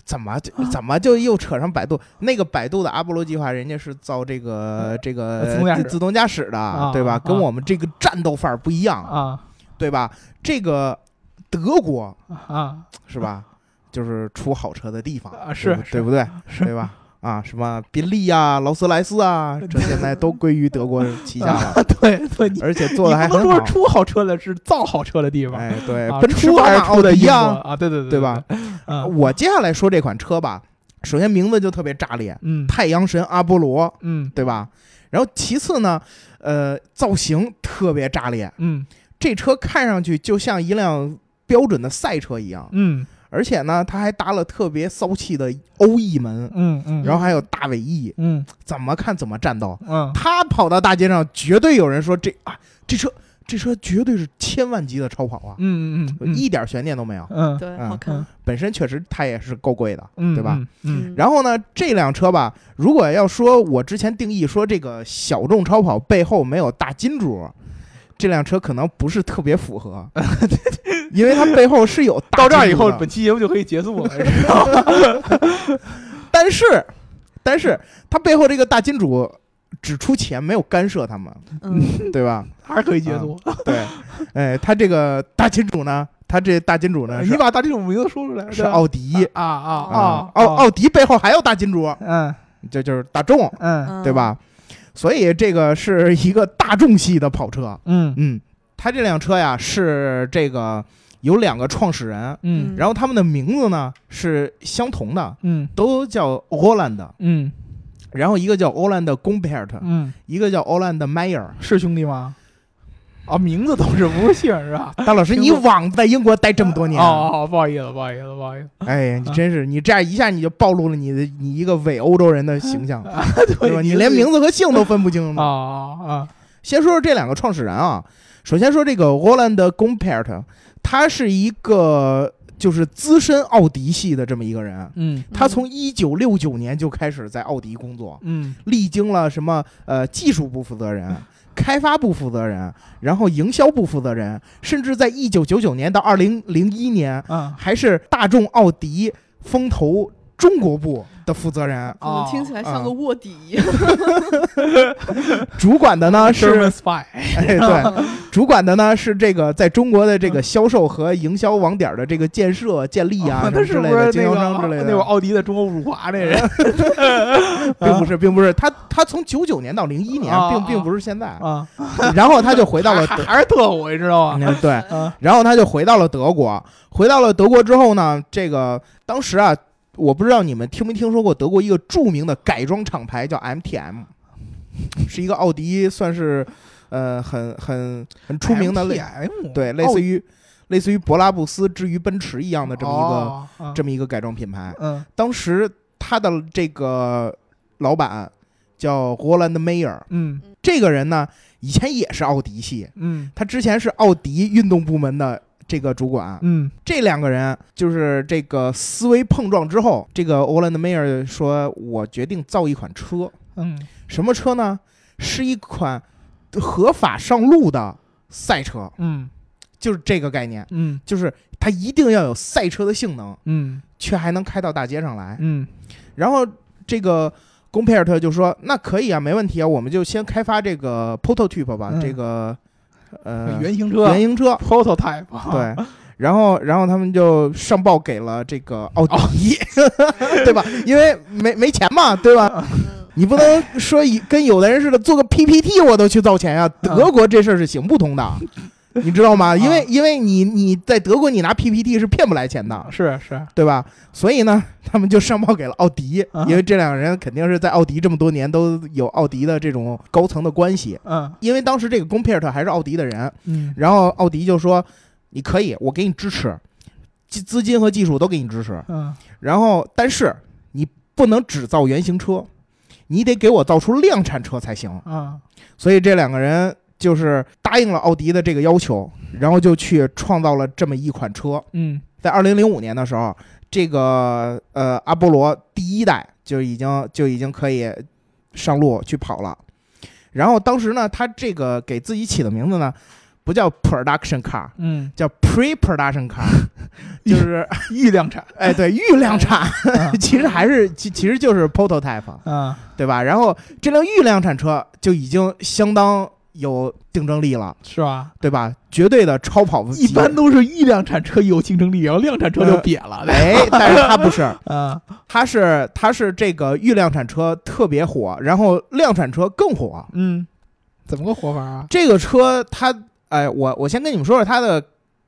Speaker 2: 怎么就怎么就又扯上百度？那个百度的阿波罗计划，人家是造这个这个
Speaker 3: 自动驾驶
Speaker 2: 自动驾驶的
Speaker 3: 啊，
Speaker 2: 对吧？
Speaker 3: 啊
Speaker 2: 跟我们这个战斗范儿不一样
Speaker 3: 啊
Speaker 2: 对吧？这个德国
Speaker 3: 啊，
Speaker 2: 是吧，就是出好车的地方
Speaker 3: 啊是
Speaker 2: 对不
Speaker 3: 是
Speaker 2: 对不对？
Speaker 3: 是
Speaker 2: 对吧？啊，什么宾利啊、劳斯莱斯啊，这现在都归于德国旗
Speaker 3: [laughs]
Speaker 2: 下了，
Speaker 3: 对对，你
Speaker 2: 而且做的还
Speaker 3: 你不
Speaker 2: 很
Speaker 3: 能说
Speaker 2: 好
Speaker 3: 是。出好车的，是造好车的地方。
Speaker 2: 哎，对
Speaker 3: 啊，
Speaker 2: 奔驰、
Speaker 3: 出还是
Speaker 2: 奥
Speaker 3: 出的
Speaker 2: 迪
Speaker 3: 英国
Speaker 2: 呀，
Speaker 3: 啊？对对对
Speaker 2: 对吧？？
Speaker 3: 嗯
Speaker 2: 我接下来说这款车吧，首先名字就特别炸裂，
Speaker 3: 嗯
Speaker 2: 太阳神阿波罗，
Speaker 3: 嗯
Speaker 2: 对吧？然后其次呢，呃，造型特别炸裂，
Speaker 3: 嗯
Speaker 2: 这车看上去就像一辆标准的赛车一样，
Speaker 3: 嗯
Speaker 2: 而且呢，它还搭了特别骚气的欧翼门，
Speaker 3: 嗯嗯，
Speaker 2: 然后还有大尾翼，
Speaker 3: 嗯
Speaker 2: 怎么看怎么战斗。
Speaker 3: 嗯
Speaker 2: 他跑到大街上，绝对有人说这啊，这车这车绝对是千万级的超跑啊，
Speaker 3: 嗯嗯，
Speaker 2: 一点悬念都没有。
Speaker 3: 嗯
Speaker 1: 对，
Speaker 2: 嗯
Speaker 1: 好看。
Speaker 2: 本身确实它也是够贵的。
Speaker 3: 嗯
Speaker 2: 对吧？
Speaker 3: 嗯
Speaker 2: 然后呢，这辆车吧，如果要说我之前定义说这个小众超跑背后没有大金主，这辆车可能不是特别符
Speaker 3: [laughs]
Speaker 2: 合，因为它背后是有大
Speaker 3: 到这儿
Speaker 2: 金
Speaker 3: 以
Speaker 2: 主
Speaker 3: 后，
Speaker 2: 的
Speaker 3: 本期节目就可以结束了。
Speaker 2: [laughs]
Speaker 3: [laughs]
Speaker 2: 但是，但是他背后这个大金主只出钱，没有干涉他们，
Speaker 1: 嗯，
Speaker 2: 对吧？
Speaker 3: 还是可以解读。 [laughs]
Speaker 2: 对，哎，他这个大金主呢，他这大金主呢
Speaker 3: 呃你
Speaker 2: 是
Speaker 3: 把大这种名字说出来
Speaker 2: 是奥迪
Speaker 3: 啊啊
Speaker 2: 啊
Speaker 3: 啊，
Speaker 2: 奥奥迪背后还有大金主，
Speaker 3: 嗯
Speaker 2: 这就是大众，
Speaker 3: 嗯
Speaker 2: 对吧？所以这个是一个大众系的跑车，
Speaker 3: 嗯
Speaker 2: 嗯，他这辆车呀是这个有两个创始人，
Speaker 3: 嗯
Speaker 2: 然后他们的名字呢是相同的，
Speaker 3: 嗯
Speaker 2: 都叫 Oland，
Speaker 3: 嗯
Speaker 2: 然后一个叫 Oland Gombert，
Speaker 3: 嗯，
Speaker 2: 一个叫 Oland
Speaker 3: [laughs]
Speaker 2: Mayer。
Speaker 3: 是兄弟吗？啊，名字都是不是姓是吧？
Speaker 2: 大老师，
Speaker 3: 听
Speaker 2: 你
Speaker 3: 过
Speaker 2: 枉在英国待这么多年，
Speaker 3: 哦哦，不好意思，不好意思，不好意思，
Speaker 2: 哎呀，你
Speaker 3: 啊
Speaker 2: 真是，你这样一下你就暴露了你的你一个伪欧洲人的形象，对吧？
Speaker 3: 嗯对，
Speaker 2: 你连名字和姓都分不清
Speaker 3: [laughs] 啊
Speaker 2: 了。
Speaker 3: 啊啊，
Speaker 2: 先说说这两个创始人啊，首先说这个 Roland Gompert，他是一个就是资深奥迪系的这么一个人。
Speaker 3: 嗯
Speaker 2: 他从一九六九年就开始在奥迪工作，
Speaker 3: 嗯
Speaker 2: 历经了什么呃技术部负责人、开发部负责人，然后营销部负责人，甚至在一九九九年到二零零一年
Speaker 3: 啊，
Speaker 2: 还是大众奥迪风投中国部的负责人，
Speaker 1: 怎么听起来
Speaker 2: 啊
Speaker 1: 像个卧底一样？
Speaker 2: 主管的呢是
Speaker 3: German 啊 spy， [laughs]
Speaker 2: 哎对，主管的呢是这个在中国的
Speaker 3: 嗯
Speaker 2: 这个销售和营销网点的这个建设、建立啊什
Speaker 3: 啊那
Speaker 2: 么
Speaker 3: 是
Speaker 2: 之
Speaker 3: 不
Speaker 2: 类
Speaker 3: 是那
Speaker 2: 的
Speaker 3: 个
Speaker 2: 经销商之类
Speaker 3: 那会儿
Speaker 2: 的，
Speaker 3: 奥迪的中国辱华那
Speaker 2: [laughs]
Speaker 3: 人
Speaker 2: 并不是，并不是他他从九九年到零一年
Speaker 3: 啊，
Speaker 2: 并
Speaker 3: 啊
Speaker 2: 并不是现在，
Speaker 3: 啊，
Speaker 2: [laughs] 然后他就回到了
Speaker 3: 还
Speaker 2: 德，
Speaker 3: 还是特务，你知道吗？
Speaker 2: [laughs] 嗯对，
Speaker 3: 啊
Speaker 2: 然后他就回到了德国。回到了德国之后呢，这个当时啊，我不知道你们听没听说过德国一个著名的改装厂牌叫 MTM，是一个奥迪算是呃很很很出名的类，
Speaker 3: ，M
Speaker 2: 对，类似于类似于勃拉布斯之于奔驰一样的这么一个、
Speaker 3: 一个
Speaker 2: 这么一个改装品牌。
Speaker 3: 嗯
Speaker 2: 当时他的这个老板叫罗兰德梅尔，
Speaker 3: 嗯
Speaker 2: 这个人呢以前也是奥迪系，
Speaker 3: 嗯
Speaker 2: 他之前是奥迪运动部门的这个主管。
Speaker 3: 嗯
Speaker 2: 这两个人就是这个思维碰撞之后，这个欧兰德梅尔说：“我决定造一款车，
Speaker 3: 嗯
Speaker 2: 什么车呢？是一款合法上路的赛车，
Speaker 3: 嗯
Speaker 2: 就是这个概念，
Speaker 3: 嗯
Speaker 2: 就是它一定要有赛车的性能，
Speaker 3: 嗯
Speaker 2: 却还能开到大街上来。
Speaker 3: 嗯
Speaker 2: 然后这个贡佩尔特就说：‘那可以啊，没问题啊，我们就先开发这个 prototype 吧，
Speaker 3: 嗯
Speaker 2: 这个呃
Speaker 3: 原型车
Speaker 2: 原型车。’”
Speaker 3: prototype，啊
Speaker 2: 对，然后然后他们就上报给了这个奥迪， [laughs] 对吧？因为没没钱嘛，对吧？
Speaker 1: 嗯
Speaker 2: [laughs] 你不能说以跟有的人似的做个 PPT 我都去造钱呀、德国这事儿是行不通的。你知道吗？因为因为你你在德国，你拿 PPT 是骗不来钱的，
Speaker 3: 啊是是，
Speaker 2: 对吧？所以呢，他们就上报给了奥迪
Speaker 3: 啊，
Speaker 2: 因为这两个人肯定是在奥迪这么多年都有奥迪的这种高层的关系。
Speaker 3: 嗯
Speaker 2: 因为当时这个贡佩尔特还是奥迪的人，
Speaker 3: 嗯
Speaker 2: 然后奥迪就说：“你可以，我给你支持，技资金和技术都给你支持。
Speaker 3: 嗯
Speaker 2: 然后，但是你不能只造原型车，你得给我造出量产车才行。
Speaker 3: 啊”
Speaker 2: 所以这两个人就是答应了奥迪的这个要求，然后就去创造了这么一款车。
Speaker 3: 嗯
Speaker 2: 在二零零五年的时候，这个呃阿波罗第一代就已经就已经可以上路去跑了。然后当时呢，他这个给自己起的名字呢，不叫 production car，
Speaker 3: 嗯，
Speaker 2: 叫 pre-production
Speaker 3: [laughs]
Speaker 2: car，就是 [laughs]
Speaker 3: 预量产
Speaker 2: 哎对预量
Speaker 3: [laughs]
Speaker 2: 产，其实还是其其实就是 prototype，
Speaker 3: 啊
Speaker 2: 对吧？然后这辆预量产车就已经相当有竞争力了，
Speaker 3: 是吧？
Speaker 2: 对吧？绝对的超跑级
Speaker 3: 一般都是一量产车有竞争力，然后量产车就瘪了 [laughs] 呗。
Speaker 2: 哎，但是它不是，
Speaker 3: 嗯啊
Speaker 2: 它是它是这个预量产车特别火，然后量产车更火。
Speaker 3: 嗯，怎么个活法啊？
Speaker 2: 这个车它哎，我我先跟你们说说它的，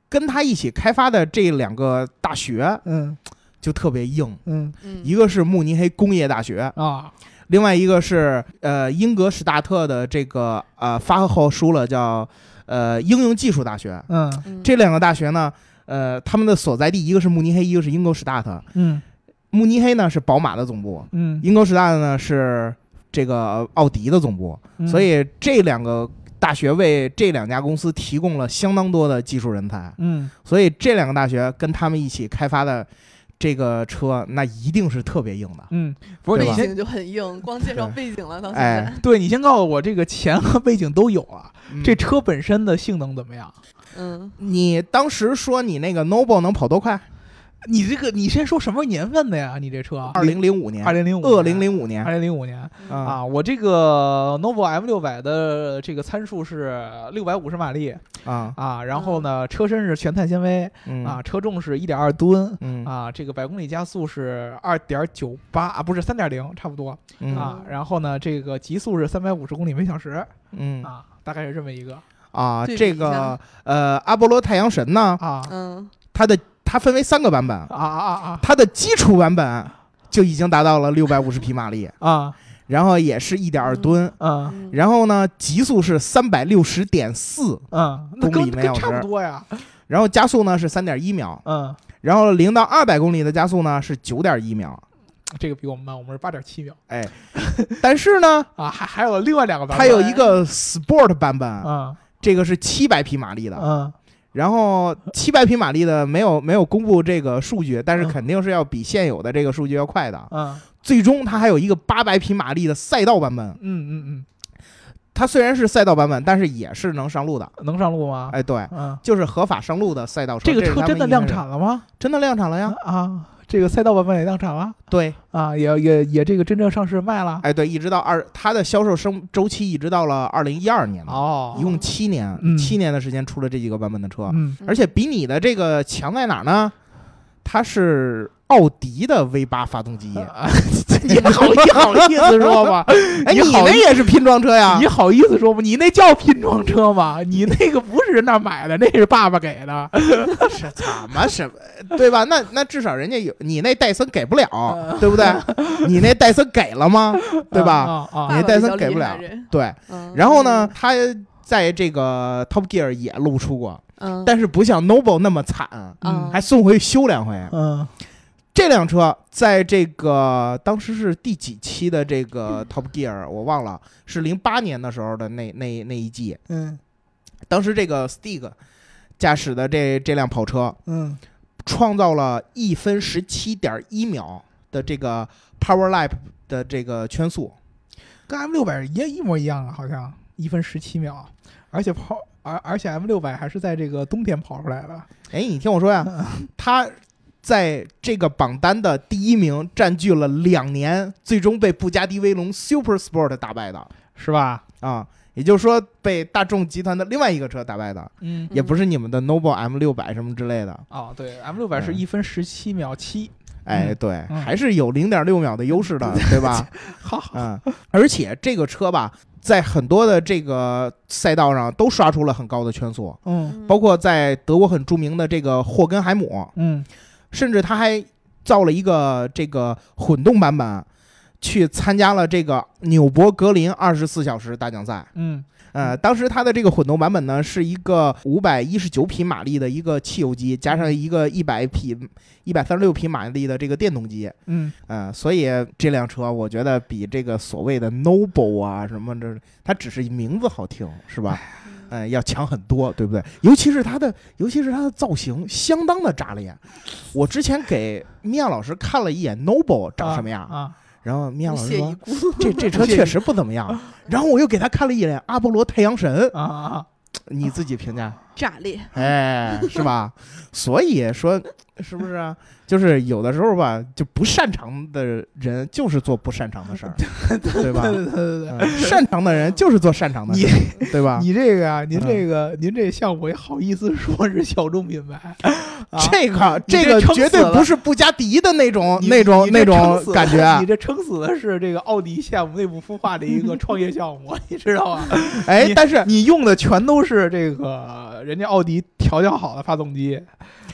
Speaker 2: 跟它一起开发的这两个大学
Speaker 3: 嗯
Speaker 2: 就特别硬。
Speaker 3: 嗯
Speaker 1: 嗯
Speaker 2: 一个是慕尼黑工业大学，
Speaker 3: 啊
Speaker 2: 另外一个是呃英格史达特的这个呃发后书了叫呃应用技术大学。
Speaker 3: 嗯
Speaker 1: 嗯
Speaker 2: 这两个大学呢，呃他们的所在地一个是慕尼黑，一个是英格史达特。
Speaker 3: 嗯
Speaker 2: 慕尼黑呢是宝马的总部，
Speaker 3: 嗯
Speaker 2: 英格史达特呢是这个奥迪的总部，
Speaker 3: 嗯，
Speaker 2: 所以这两个。大学为这两家公司提供了相当多的技术人才，
Speaker 3: 嗯
Speaker 2: 所以这两个大学跟他们一起开发的这个车，那一定是特别硬的。
Speaker 3: 嗯，不是
Speaker 1: 背
Speaker 2: 对
Speaker 3: 你
Speaker 2: 吧
Speaker 3: 先
Speaker 1: 景就很硬，光介绍背景了，到现在
Speaker 2: 哎，，
Speaker 3: 对你先告诉我这个钱和背景都有啊，
Speaker 2: 嗯
Speaker 3: 这车本身的性能怎么样？
Speaker 1: 嗯，
Speaker 2: 你当时说你那个 Noble 能跑多快？
Speaker 3: 你这个你先说什么年份的呀？你这车
Speaker 2: 二零零五年，
Speaker 3: 二零零五
Speaker 2: 二零零五年
Speaker 3: 二零零五年
Speaker 2: 啊，
Speaker 3: 啊，我这个 Novo M 六百的这个参数是六百五十马力
Speaker 2: 啊
Speaker 3: 啊，然后呢，车身是全碳纤维
Speaker 2: 嗯
Speaker 3: 啊，车重是一点二吨
Speaker 2: 嗯
Speaker 3: 啊，这个百公里加速是二点九八啊，不是三点零，差不多
Speaker 2: 嗯
Speaker 3: 啊，然后呢，这个极速是三百五十公里每小时
Speaker 2: 嗯
Speaker 3: 啊，大概是这么一个
Speaker 2: 啊，
Speaker 1: 对比
Speaker 2: 这
Speaker 1: 一下
Speaker 2: 个呃阿波罗太阳神呢，
Speaker 3: 啊
Speaker 1: 嗯
Speaker 2: 它的它分为三个版本
Speaker 3: 啊，啊
Speaker 2: 它的基础版本就已经达到了六百五十匹马力，
Speaker 3: 啊啊
Speaker 2: 然后也是一点二吨。
Speaker 3: 嗯
Speaker 1: 嗯，
Speaker 2: 然后呢，极速是三百六十点四，
Speaker 3: 嗯，那
Speaker 2: 公
Speaker 3: 跟
Speaker 2: 里每
Speaker 3: 跟
Speaker 2: 小
Speaker 3: 差不
Speaker 2: 时
Speaker 3: 多呀，
Speaker 2: 然后加速呢是三点一秒，
Speaker 3: 嗯，
Speaker 2: 然后零到二百公里的加速呢是九点一秒。
Speaker 3: 这个比我们慢，我们是八点七秒
Speaker 2: 哎，但是
Speaker 3: [laughs]
Speaker 2: 呢，
Speaker 3: 啊，还还有另外两个版
Speaker 2: 它
Speaker 3: 本，
Speaker 2: 有一个 Sport 版本，
Speaker 3: 嗯
Speaker 2: 这个是七百匹马力的，
Speaker 3: 嗯
Speaker 2: 然后七百匹马力的没有没有公布这个数据，但是
Speaker 3: 嗯
Speaker 2: 肯定是要比现有的这个数据要快的。
Speaker 3: 啊，
Speaker 2: 最终它还有一个八百匹马力的赛道版本，
Speaker 3: 嗯嗯
Speaker 2: 它虽然是赛道版本，但是也是能上路的。
Speaker 3: 嗯，能上路吗？
Speaker 2: 哎，对，
Speaker 3: 啊，
Speaker 2: 就是合法上路的赛道车。
Speaker 3: 这个
Speaker 2: 是
Speaker 3: 车
Speaker 2: 他
Speaker 3: 真
Speaker 2: 们
Speaker 3: 的
Speaker 2: 一开
Speaker 3: 量
Speaker 2: 始
Speaker 3: 产，了吗？
Speaker 2: 真的量产了呀。
Speaker 3: 啊，这个赛道版本也量产了
Speaker 2: 对，
Speaker 3: 啊，也也也这个真正上市卖了。
Speaker 2: 哎，对，一直到二，它的销售生周期一直到了二零一二年嘛，
Speaker 3: 哦
Speaker 2: 一共七年，
Speaker 3: 嗯
Speaker 2: 七年的时间出了这几个版本的车，
Speaker 3: 嗯
Speaker 2: 而且比你的这个强在哪儿呢？它是奥迪的 V 八发动机，
Speaker 3: [laughs]
Speaker 2: [laughs]
Speaker 3: 你好，你好意思说啊吗？
Speaker 2: 哎，
Speaker 3: 你
Speaker 2: 你
Speaker 3: 好
Speaker 2: 那也是拼装车呀
Speaker 3: [laughs] 你？好意思说吗？你那叫拼装车吗？你那个不是人那儿买的，那是爸爸给 [laughs] 的。
Speaker 2: 是怎么什么 [laughs] 对吧？那那至少人家有你那戴森给不了，
Speaker 3: 嗯
Speaker 2: 对不对？
Speaker 3: [laughs]
Speaker 2: 你那戴森给了吗？对吧？
Speaker 3: 啊啊
Speaker 1: 爸爸
Speaker 2: 你那戴
Speaker 1: 比
Speaker 2: 森
Speaker 1: 较
Speaker 2: 给
Speaker 1: 厉
Speaker 2: 不
Speaker 1: 害
Speaker 2: 了
Speaker 1: 人
Speaker 2: 对。
Speaker 1: 嗯
Speaker 2: 然后呢，，他在这个 Top Gear 也露出过，
Speaker 1: 嗯，
Speaker 2: 但是不像 Noble 那么惨，
Speaker 1: 嗯
Speaker 2: 还送回去修两回。
Speaker 3: 嗯
Speaker 2: 这辆车在这个当时是第几期的这个 Top Gear 我忘了，是零八年的时候的那那那一季，
Speaker 3: 嗯
Speaker 2: 当时这个 Stig 驾驶的这这辆跑车
Speaker 3: 嗯
Speaker 2: 创造了一分十七点一秒的这个 Power Lap 的这个圈速，
Speaker 3: 跟 M 六百也一模一样啊，好像一分十七秒，而且跑。而而且 M 六百还是在这个冬天跑出来的， [laughs]
Speaker 2: 哎，你听我说呀，
Speaker 3: 嗯
Speaker 2: 他在这个榜单的第一名占据了两年，最终被布加迪威龙 Super Sport 打败的
Speaker 3: 是吧？
Speaker 2: 啊，也就是说被大众集团的另外一个车打败的，
Speaker 3: 嗯
Speaker 2: 也不是你们的 Noble M 六百什么之类的。
Speaker 3: 哦，对，M 六百是
Speaker 2: 嗯
Speaker 3: 一分十七秒七，
Speaker 2: 哎，对，
Speaker 3: 嗯
Speaker 2: 还是有零点六秒的优势的，对吧？
Speaker 3: 好，
Speaker 2: 嗯，而且这个车吧，在很多的这个赛道上都刷出了很高的圈速。
Speaker 3: 嗯
Speaker 1: 嗯
Speaker 2: 包括在德国很著名的这个霍根海姆，
Speaker 3: 嗯
Speaker 2: 甚至他还造了一个这个混动版本，去参加了这个纽博格林二十四小时大奖赛。
Speaker 3: 嗯
Speaker 2: 呃，当时它的这个混动版本呢，是一个五百一十九匹马力的一个汽油机，加上一个一百匹、一百三十六匹马力的这个电动机。
Speaker 3: 嗯，
Speaker 2: 呃，所以这辆车我觉得比这个所谓的 Noble 啊什么这，它只是名字好听，是吧？嗯、要强很多，对不对？尤其是它的，尤其是它的造型相当的炸裂。我之前给米娅老师看了一眼 Noble 长什么样，
Speaker 3: 啊？
Speaker 2: 然后米娅
Speaker 1: 不
Speaker 2: 老师
Speaker 1: 屑一
Speaker 2: 说
Speaker 1: 顾，
Speaker 2: 这这车确实不怎么样。然后我又给她看了一眼阿波罗太阳神，
Speaker 3: 啊啊啊！
Speaker 2: 你自己评价，
Speaker 1: 炸裂，
Speaker 2: 哎，是吧？所以说，是不是啊？就是有的时候吧，就不擅长的人就是做不擅长的事儿，对吧
Speaker 3: [laughs] 对？对对对对，
Speaker 2: 嗯擅长的人就是做擅长的
Speaker 3: 你
Speaker 2: 事儿， [laughs] 对吧？
Speaker 3: 你这个啊，您
Speaker 2: 嗯
Speaker 3: 这个、您这项目也好意思说是小众品
Speaker 2: [laughs]
Speaker 3: 牌，啊、
Speaker 2: 这个
Speaker 3: 你这
Speaker 2: 个
Speaker 3: 撑
Speaker 2: 绝
Speaker 3: 死
Speaker 2: 对
Speaker 3: 了
Speaker 2: 不是布加迪的那种
Speaker 3: 你
Speaker 2: 那种
Speaker 3: 你这
Speaker 2: 那种
Speaker 3: 撑死了
Speaker 2: 感觉，啊
Speaker 3: 你这撑死的是这个奥迪项目内部孵化的一
Speaker 2: [laughs]
Speaker 3: 个创业项目，你知道吗？
Speaker 2: 哎，但是
Speaker 3: 你用的全都是这个人家奥迪调教好的发动机，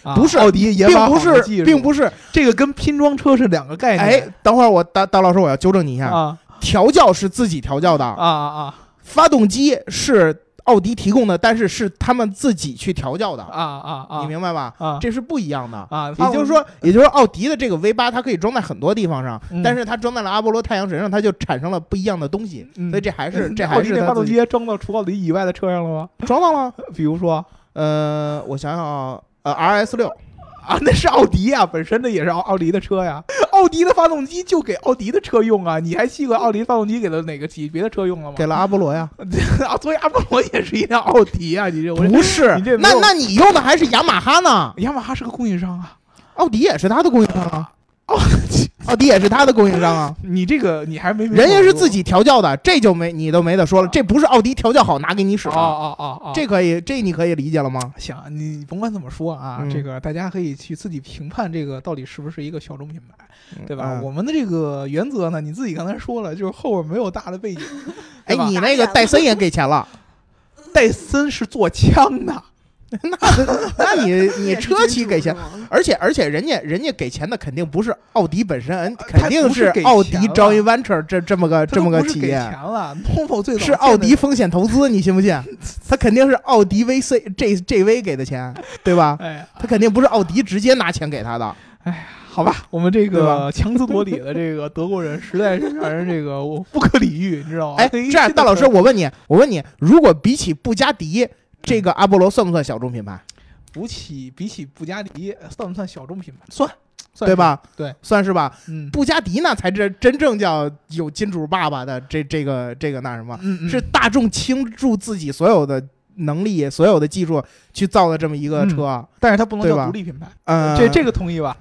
Speaker 3: 啊、
Speaker 2: 不是
Speaker 3: 奥迪研
Speaker 2: 并
Speaker 3: 发
Speaker 2: 不
Speaker 3: 好的技
Speaker 2: 是，
Speaker 3: 术
Speaker 2: 并不是。
Speaker 3: 这个跟拼装车是两个概
Speaker 2: 哎
Speaker 3: 念。，
Speaker 2: 等会儿我大大老师，我要纠正你一下，
Speaker 3: 啊
Speaker 2: 调教是自己调教
Speaker 3: 啊
Speaker 2: 的，
Speaker 3: 啊
Speaker 2: 发动机是奥迪提供的，但是是他们自己去调教
Speaker 3: 啊
Speaker 2: 的，
Speaker 3: 啊啊啊！
Speaker 2: 你明白吧？
Speaker 3: 啊
Speaker 2: 这是不一样的。
Speaker 3: 啊，
Speaker 2: 也就是说，也就是奥迪的这个 V 八，它可以装在很多地方上，
Speaker 3: 嗯
Speaker 2: 但是它装在了阿波罗太阳神上，它就产生了不一样的东西。
Speaker 3: 嗯
Speaker 2: 所以这还是这
Speaker 3: 奥
Speaker 2: 还
Speaker 3: 迪
Speaker 2: 是
Speaker 3: 这
Speaker 2: 它
Speaker 3: 发动
Speaker 2: 自己
Speaker 3: 机装到除奥迪以外的车上了吗？
Speaker 2: 装到了。
Speaker 3: 比如说
Speaker 2: 呃，我想想啊，呃，RS 六，
Speaker 3: 啊，那是奥迪啊，本身那也是奥奥迪的车呀。奥迪的发动机就给奥迪的车用啊，你还记得奥迪发动机给了哪个级别的车用了吗？
Speaker 2: 给了阿波罗呀？
Speaker 3: [laughs] 啊，所以阿波罗也是一辆奥迪啊，你这哎我这
Speaker 2: 不是
Speaker 3: 你这，没
Speaker 2: 那
Speaker 3: 有
Speaker 2: 那你用的还是雅马哈呢？
Speaker 3: 雅马哈是个供应商啊。
Speaker 2: 奥迪也是它的供应商啊，奥迪也是它的供应商啊。
Speaker 3: 你这个你还没明白
Speaker 2: 人家是
Speaker 3: 我
Speaker 2: 自己调教的，这就没你都没得说了，这不是奥迪调教好拿给你使
Speaker 3: 哦
Speaker 2: 的，
Speaker 3: 哦哦哦，
Speaker 2: 这可以，这你可以理解了吗？
Speaker 3: 行，你甭管怎么说啊，
Speaker 2: 嗯
Speaker 3: 这个大家可以去自己评判这个到底是不是一个小众品牌，对吧？
Speaker 2: 嗯
Speaker 3: 我们的这个原则呢，你自己刚才说了，就是后边没有大的背景。
Speaker 2: 哎
Speaker 3: 对，吧
Speaker 2: 你那个戴森也给钱
Speaker 3: [laughs]
Speaker 2: 了，
Speaker 3: 戴森是做枪的，
Speaker 2: 那你你
Speaker 1: 也是
Speaker 2: 车
Speaker 1: 金
Speaker 2: 企
Speaker 1: 主
Speaker 2: 给
Speaker 1: 是
Speaker 2: 钱，
Speaker 1: 吗
Speaker 2: 而且而且人家人家给钱的肯定不是奥迪本身，
Speaker 3: 呃他
Speaker 2: 肯定
Speaker 3: 不是给
Speaker 2: 奥迪
Speaker 3: 钱了
Speaker 2: Joint Venture 这这么个
Speaker 3: 他
Speaker 2: 这么
Speaker 3: 都
Speaker 2: 个
Speaker 3: 不是
Speaker 2: 企
Speaker 3: 给
Speaker 2: 业
Speaker 3: 钱，了，Novo 最早
Speaker 2: 是奥
Speaker 3: 建的
Speaker 2: 迪风险投资，你信不信？他肯定是奥迪 VC J JV 给的钱，对吧？
Speaker 3: 哎呀，
Speaker 2: 他肯定不是奥迪直接拿钱给他
Speaker 3: 哦
Speaker 2: 的。
Speaker 3: 哎好吧，我们
Speaker 2: 对
Speaker 3: 这个
Speaker 2: 吧
Speaker 3: 强词夺理的这个德国人，实在是让人这个我不可理喻，你知道吗？
Speaker 2: 哎，这样，大老师，我问你，我问你，如果比起布加迪，这个阿波罗算不算小众品牌？
Speaker 3: 比起比起布加迪呃算不算小众品牌？
Speaker 2: 算，
Speaker 3: 嗯算
Speaker 2: 对
Speaker 3: 是？
Speaker 2: 吧？
Speaker 3: 对，
Speaker 2: 算是吧。
Speaker 3: 嗯
Speaker 2: 布加迪那才真真正叫有金主爸爸的这这个这个那什么，
Speaker 3: 嗯，嗯
Speaker 2: 是大众倾注自己所有的能力、所有的技术去造的这么一个车。呃
Speaker 3: 但是它不能
Speaker 2: 对
Speaker 3: 叫
Speaker 2: 吧
Speaker 3: 独立品牌。
Speaker 2: 嗯，
Speaker 3: 嗯呃这这个同意吧？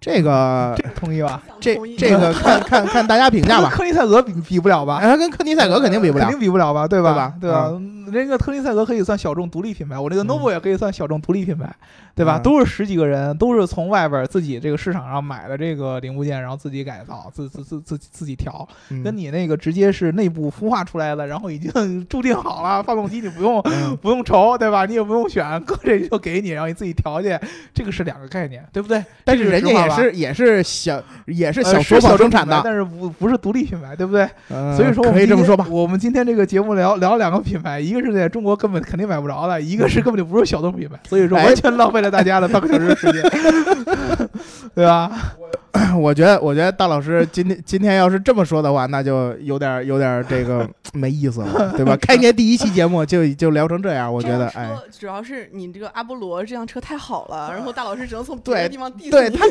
Speaker 2: 这个
Speaker 3: 这个同意吧？
Speaker 1: 想
Speaker 2: 这
Speaker 1: 啊同意
Speaker 2: 这个看看看大家评价
Speaker 3: [laughs]
Speaker 2: 吧。
Speaker 3: 科尼赛格比比不了吧？
Speaker 2: 哎，跟科尼赛格肯定比不了
Speaker 3: 肯。定比不了吧？对
Speaker 2: 对
Speaker 3: 吧
Speaker 2: 吧？
Speaker 3: 对吧？嗯人家特立赛格可以算小众独立品牌，我这个
Speaker 2: 嗯
Speaker 3: Novo 也可以算小众独立品牌，对吧？
Speaker 2: 嗯
Speaker 3: 都是十几个人，都是从外边自己这个市场上买了这个零部件，然后自己改造，自自自自己自己调，
Speaker 2: 嗯
Speaker 3: 跟你那个直接是内部孵化出来的，然后已经 [laughs] 注定好了，发动机你不用 [laughs]
Speaker 2: 嗯
Speaker 3: 不用愁，对吧？你也不用选，搁这就给你，然后你自己调去，这个是两个概念，对不对？
Speaker 2: 但是人家也
Speaker 3: 这
Speaker 2: 是也是小也是
Speaker 3: 是
Speaker 2: 小作
Speaker 3: 呃是
Speaker 2: 坊
Speaker 3: 小
Speaker 2: 生
Speaker 3: 众
Speaker 2: 产
Speaker 3: 品牌
Speaker 2: 的，
Speaker 3: 但是不不是独立品牌，对不对？
Speaker 2: 呃
Speaker 3: 嗯所以说我们
Speaker 2: 可以这么
Speaker 3: 今天
Speaker 2: 说吧。
Speaker 3: 我们今天这个节目聊聊两个品牌，一个是在中国根本肯定买不着的，一个是根本就不是小众品牌，所以说
Speaker 2: 哎
Speaker 3: 完全浪费了大家的半个小时的时间，对吧？
Speaker 2: [laughs] 我觉得，我觉得大老师今天今天要是这么说的话，那就有点有点这 [laughs] 个没意思了，对吧？开年第一期节目就就聊成这样，我觉得，
Speaker 1: 这辆
Speaker 2: 哎，
Speaker 1: 车主要是你这个阿波罗这辆车太好了，然后大老师只能从别
Speaker 2: 对
Speaker 1: 的地方 diss
Speaker 2: 对
Speaker 1: 你
Speaker 2: 他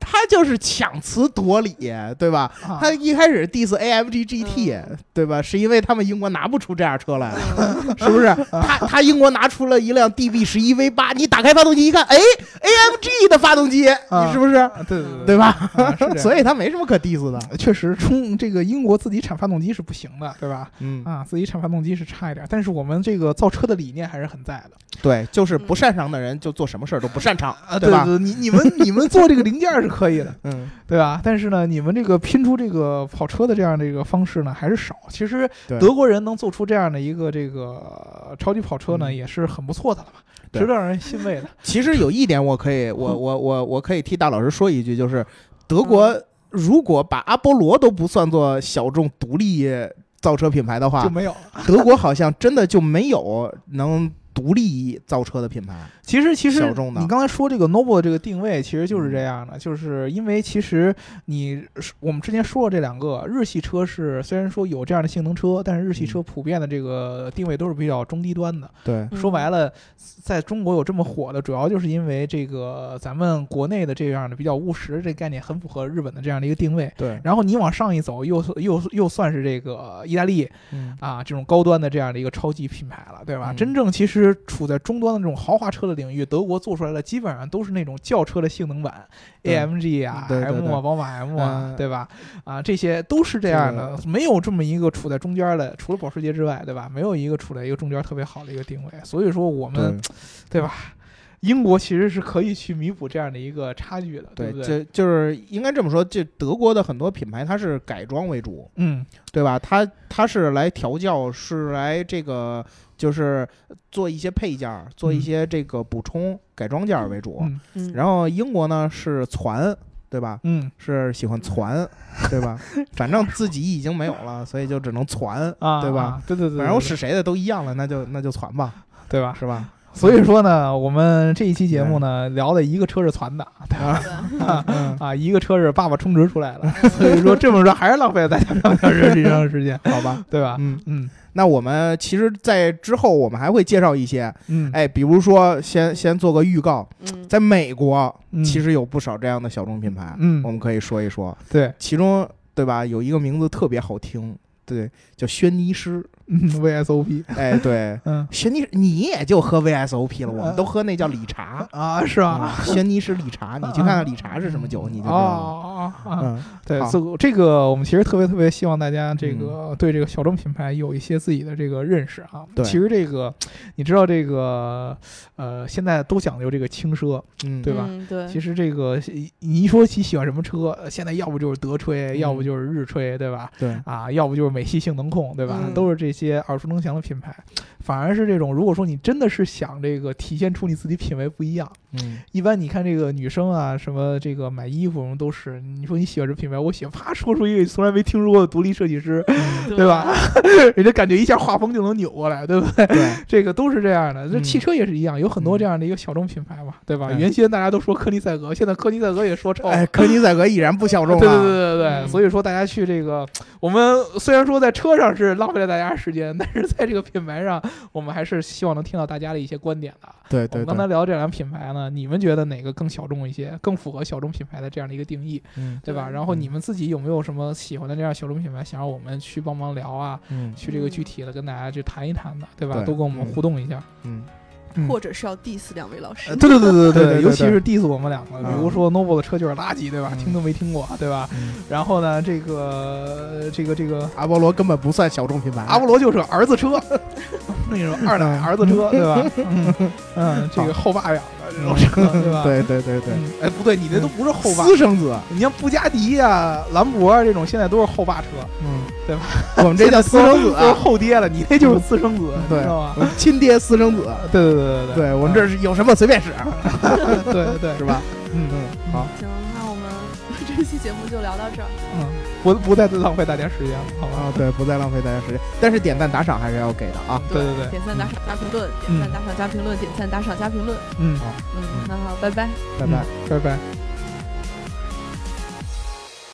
Speaker 2: 他就是强词夺理，对吧？
Speaker 3: 啊
Speaker 2: 他一开始 diss AMG GT，、
Speaker 1: 嗯
Speaker 2: 对吧？是因为他们英国拿不出这样车 [laughs] 来，
Speaker 1: 嗯
Speaker 2: 是不是？他他英国拿出了一辆 DB 十一 V 八，你打开发动机一看，哎，AMG 的发动机，你是不是？
Speaker 3: 啊对对
Speaker 2: 对吧？
Speaker 3: 对，啊是这样
Speaker 2: 所以他没什么可 diss 的，
Speaker 3: 确实中这个英国自己产发动机是不行的，对吧？
Speaker 2: 嗯，
Speaker 3: 啊，自己产发动机是差一点，但是我们这个造车的理念还是很在的。
Speaker 2: 对，就是不擅长的人就做什么事儿都不擅长，
Speaker 3: 啊，
Speaker 2: 对吧
Speaker 3: 对，你你们你们做这个零件儿是可以的，
Speaker 2: 嗯，
Speaker 3: 对吧？但是呢，你们这个拼出这个跑车的这样的一个方式呢，还是少。其实
Speaker 2: 对
Speaker 3: 德国人能做出这样的一个这个呃超级跑车呢，
Speaker 2: 嗯
Speaker 3: 也是很不错的了吧，
Speaker 2: 对
Speaker 3: 值得让人欣慰的。
Speaker 2: 其实有一点，我可以，
Speaker 3: [laughs]
Speaker 2: 我我我我可以替大老师说一句，就是德
Speaker 3: 嗯
Speaker 2: 国如果把阿波罗都不算作小众独立造车品牌的
Speaker 3: 就
Speaker 2: 话，
Speaker 3: 没有 [laughs] 了。
Speaker 2: 德国好像真的就没有能独立造车的品牌。
Speaker 3: 其实其实
Speaker 2: 小众的嗯
Speaker 3: 你刚才说这个 Novo 的这个定位，其实就是这样的，就是因为其实你我们之前说过这两个日系车是虽然说有这样的性能车，但是日系
Speaker 2: 嗯
Speaker 3: 车普遍的这个定位都是比较中低端的。
Speaker 2: 对，
Speaker 1: 嗯
Speaker 3: 说白了，在中国有这么火的，主要就是因为这个咱们国内的这样的比较务实这概念，很符合日本的这样的一个定位。
Speaker 2: 对，
Speaker 3: 然后你往上一走，又又又算是这个意大利
Speaker 2: 嗯，
Speaker 3: 啊这种高端的这样的一个超级品牌了，对吧？
Speaker 2: 嗯
Speaker 3: 真正其实处在终端的这种豪华车的领域，德国做出来的基本上都是那种轿车的性能版
Speaker 2: 对
Speaker 3: ，AMG 啊、
Speaker 2: 对对
Speaker 3: M 啊、
Speaker 2: 对
Speaker 3: 宝马 M 啊，
Speaker 2: 嗯
Speaker 3: 对吧？啊，这些都是这样的，没有这么一个处在中间的，除了保时捷之外，对吧？没有一个处在一个中间特别好的一个定位，所以说我们英国其实是可以去弥补这样的一个差距的，
Speaker 2: 对
Speaker 3: 不，对？
Speaker 2: 就就是应该这么说，这德国的很多品牌它是改装为主，
Speaker 3: 嗯，
Speaker 2: 对吧？它它是来调教，是来这个就是做一些配件儿，做一些这个补充、改装件儿为主。
Speaker 3: 嗯
Speaker 1: 嗯
Speaker 2: 然后英国呢是攒，对吧？
Speaker 3: 嗯
Speaker 2: 是喜欢
Speaker 3: [laughs]
Speaker 2: 攒，对吧？反正自己已经没有了，所以就只能攒，
Speaker 3: 啊，
Speaker 2: 对吧？
Speaker 3: 啊？对对对，
Speaker 2: 反正
Speaker 3: 对
Speaker 2: 是谁的都一样了，那就那就攒吧，
Speaker 3: 对吧？
Speaker 2: 是吧？
Speaker 3: 所以说呢，我们这一期节目呢，聊的一个车是传的，对吧？ [laughs]
Speaker 2: 嗯，
Speaker 3: 嗯啊，一个车是爸爸充值出来的， [laughs] 所以说这么说还是浪费了大家半个小时以上的时 [laughs] 间，
Speaker 2: 好吧，
Speaker 3: 对吧？
Speaker 2: 嗯，
Speaker 3: 嗯
Speaker 2: 那我们其实，在之后我们还会介绍一些，
Speaker 3: 嗯，
Speaker 2: 哎，比如说先先做个预告，
Speaker 1: 嗯，
Speaker 2: 在美国
Speaker 3: 嗯
Speaker 2: 其实有不少这样的小众品牌，
Speaker 3: 嗯
Speaker 2: 我们可以说一说，
Speaker 3: 对，
Speaker 2: 其中对吧，有一个名字特别好听，对，叫轩尼诗，
Speaker 3: 嗯，VSOP，
Speaker 2: 哎，对，
Speaker 3: 嗯
Speaker 2: 轩尼，你也就喝 VSOP 了，我们都喝那叫理查。
Speaker 3: 呃啊，是吧？
Speaker 2: 啊，轩尼诗理查，你去看看理查是什么酒，你就知
Speaker 3: 哦
Speaker 2: 道了。
Speaker 3: 嗯哦哦啊，
Speaker 2: 嗯，
Speaker 3: 对，
Speaker 2: 好
Speaker 3: 这个这个我们其实特别特别希望大家这个对这个小众品牌有一些自己的这个认识啊。
Speaker 2: 对
Speaker 3: 其实这个你知道这个呃，现在都讲究这个轻奢，
Speaker 2: 嗯，
Speaker 3: 对吧
Speaker 1: 嗯对，
Speaker 3: 其实这个你一说起喜欢什么车，呃现在要不就是德吹，
Speaker 2: 嗯
Speaker 3: 要不就是日吹，对吧？
Speaker 2: 对，
Speaker 3: 啊，要不就是美系性能控，对吧？
Speaker 1: 嗯
Speaker 3: 都是这些耳熟能详的品牌。反而是这种，如果说你真的是想这个体现出你自己品味不一样， [laughs]
Speaker 2: 嗯，
Speaker 3: 一般你看这个女生啊，什么这个买衣服什么都是，你说你喜欢这品牌，我喜欢，啪说出一个从来没听说过的独立设计师， [laughs] 对吧？人家感觉一下画风就能扭过来，对不对？
Speaker 2: 对，
Speaker 3: 这个都是这样的，这
Speaker 2: 嗯
Speaker 3: 汽车也是一样，有很多
Speaker 2: 嗯
Speaker 3: 这样的一个小众品牌嘛，对吧？
Speaker 2: 嗯
Speaker 3: 原先大家都说科尼赛格，现在科尼赛格也说臭了。
Speaker 2: 哎，科尼赛格已然不小众啊
Speaker 3: 对
Speaker 2: 了。
Speaker 3: 对对对对，
Speaker 1: 嗯
Speaker 3: 所以说大家去这个，我们虽然说在车上是浪费了大家时间，但是在这个品牌上，我们还是希望能听到大家的一些观点的。
Speaker 2: 对
Speaker 3: 我
Speaker 2: 对
Speaker 3: 们刚
Speaker 2: 对
Speaker 3: 才，聊这两个品牌呢，你们觉得哪个更小众一些，更符合小众品牌的这样的一个定义，
Speaker 2: 嗯
Speaker 3: 对吧？
Speaker 1: 对
Speaker 3: 然后
Speaker 2: 嗯
Speaker 3: 你们自己有没有什么喜欢的这样小众品牌，想让我们去帮忙聊啊，
Speaker 2: 嗯
Speaker 3: 去这个具体的跟大家去谈一谈的，对吧？
Speaker 2: 对
Speaker 3: 都跟我们
Speaker 2: 嗯
Speaker 3: 互动一下。
Speaker 2: 嗯，
Speaker 3: 嗯
Speaker 1: 或者是要 diss 两位老师
Speaker 2: 呃，对对对对对对，
Speaker 3: 尤其
Speaker 2: 对
Speaker 3: 是 diss 我们两个，
Speaker 2: 嗯
Speaker 3: 比如说 Noble 的车就是垃圾，对吧？
Speaker 2: 嗯
Speaker 3: 听都没听过，对吧？
Speaker 2: 嗯
Speaker 3: 然后呢，这个这个这个
Speaker 2: 阿波罗根本不算小众品牌，
Speaker 3: 阿波罗就是儿子 [laughs] 车，那种二奶儿子车，对吧？嗯嗯，这个后爸养的这种车，对嗯吧？
Speaker 2: 对对对对，
Speaker 3: 嗯，哎，不对，你那都不是后爸，
Speaker 2: 私生子，
Speaker 3: 你像布加迪呀、兰博啊这种，现在都是后爸车，
Speaker 2: 嗯，
Speaker 3: 对吧？
Speaker 2: [laughs] 我们这叫私生子
Speaker 3: 啊
Speaker 2: 啊
Speaker 3: 都 [laughs] 是后嗯爹了，你那就是嗯私生子，你
Speaker 2: 对
Speaker 3: 知道吗？
Speaker 2: 亲爹私生子，
Speaker 3: 对对对对
Speaker 2: 对我们这
Speaker 3: 嗯
Speaker 2: 是有什么随便使，
Speaker 3: [laughs] 对对
Speaker 2: 是吧？嗯嗯，好，
Speaker 1: 行，那我们 [laughs] 这期节目就聊到这儿。
Speaker 3: 嗯，不不再浪费大家时间了，好吧？
Speaker 2: 啊，对，不再浪费大家时间，但是点赞打赏还是要给的啊，
Speaker 3: 对对对
Speaker 1: 点赞打赏加评
Speaker 2: 嗯
Speaker 1: 论，点赞打赏加评论，点赞打赏加评论。
Speaker 3: 嗯，
Speaker 2: 好，
Speaker 1: 嗯，那好，拜拜。
Speaker 2: 拜拜。
Speaker 3: 拜拜。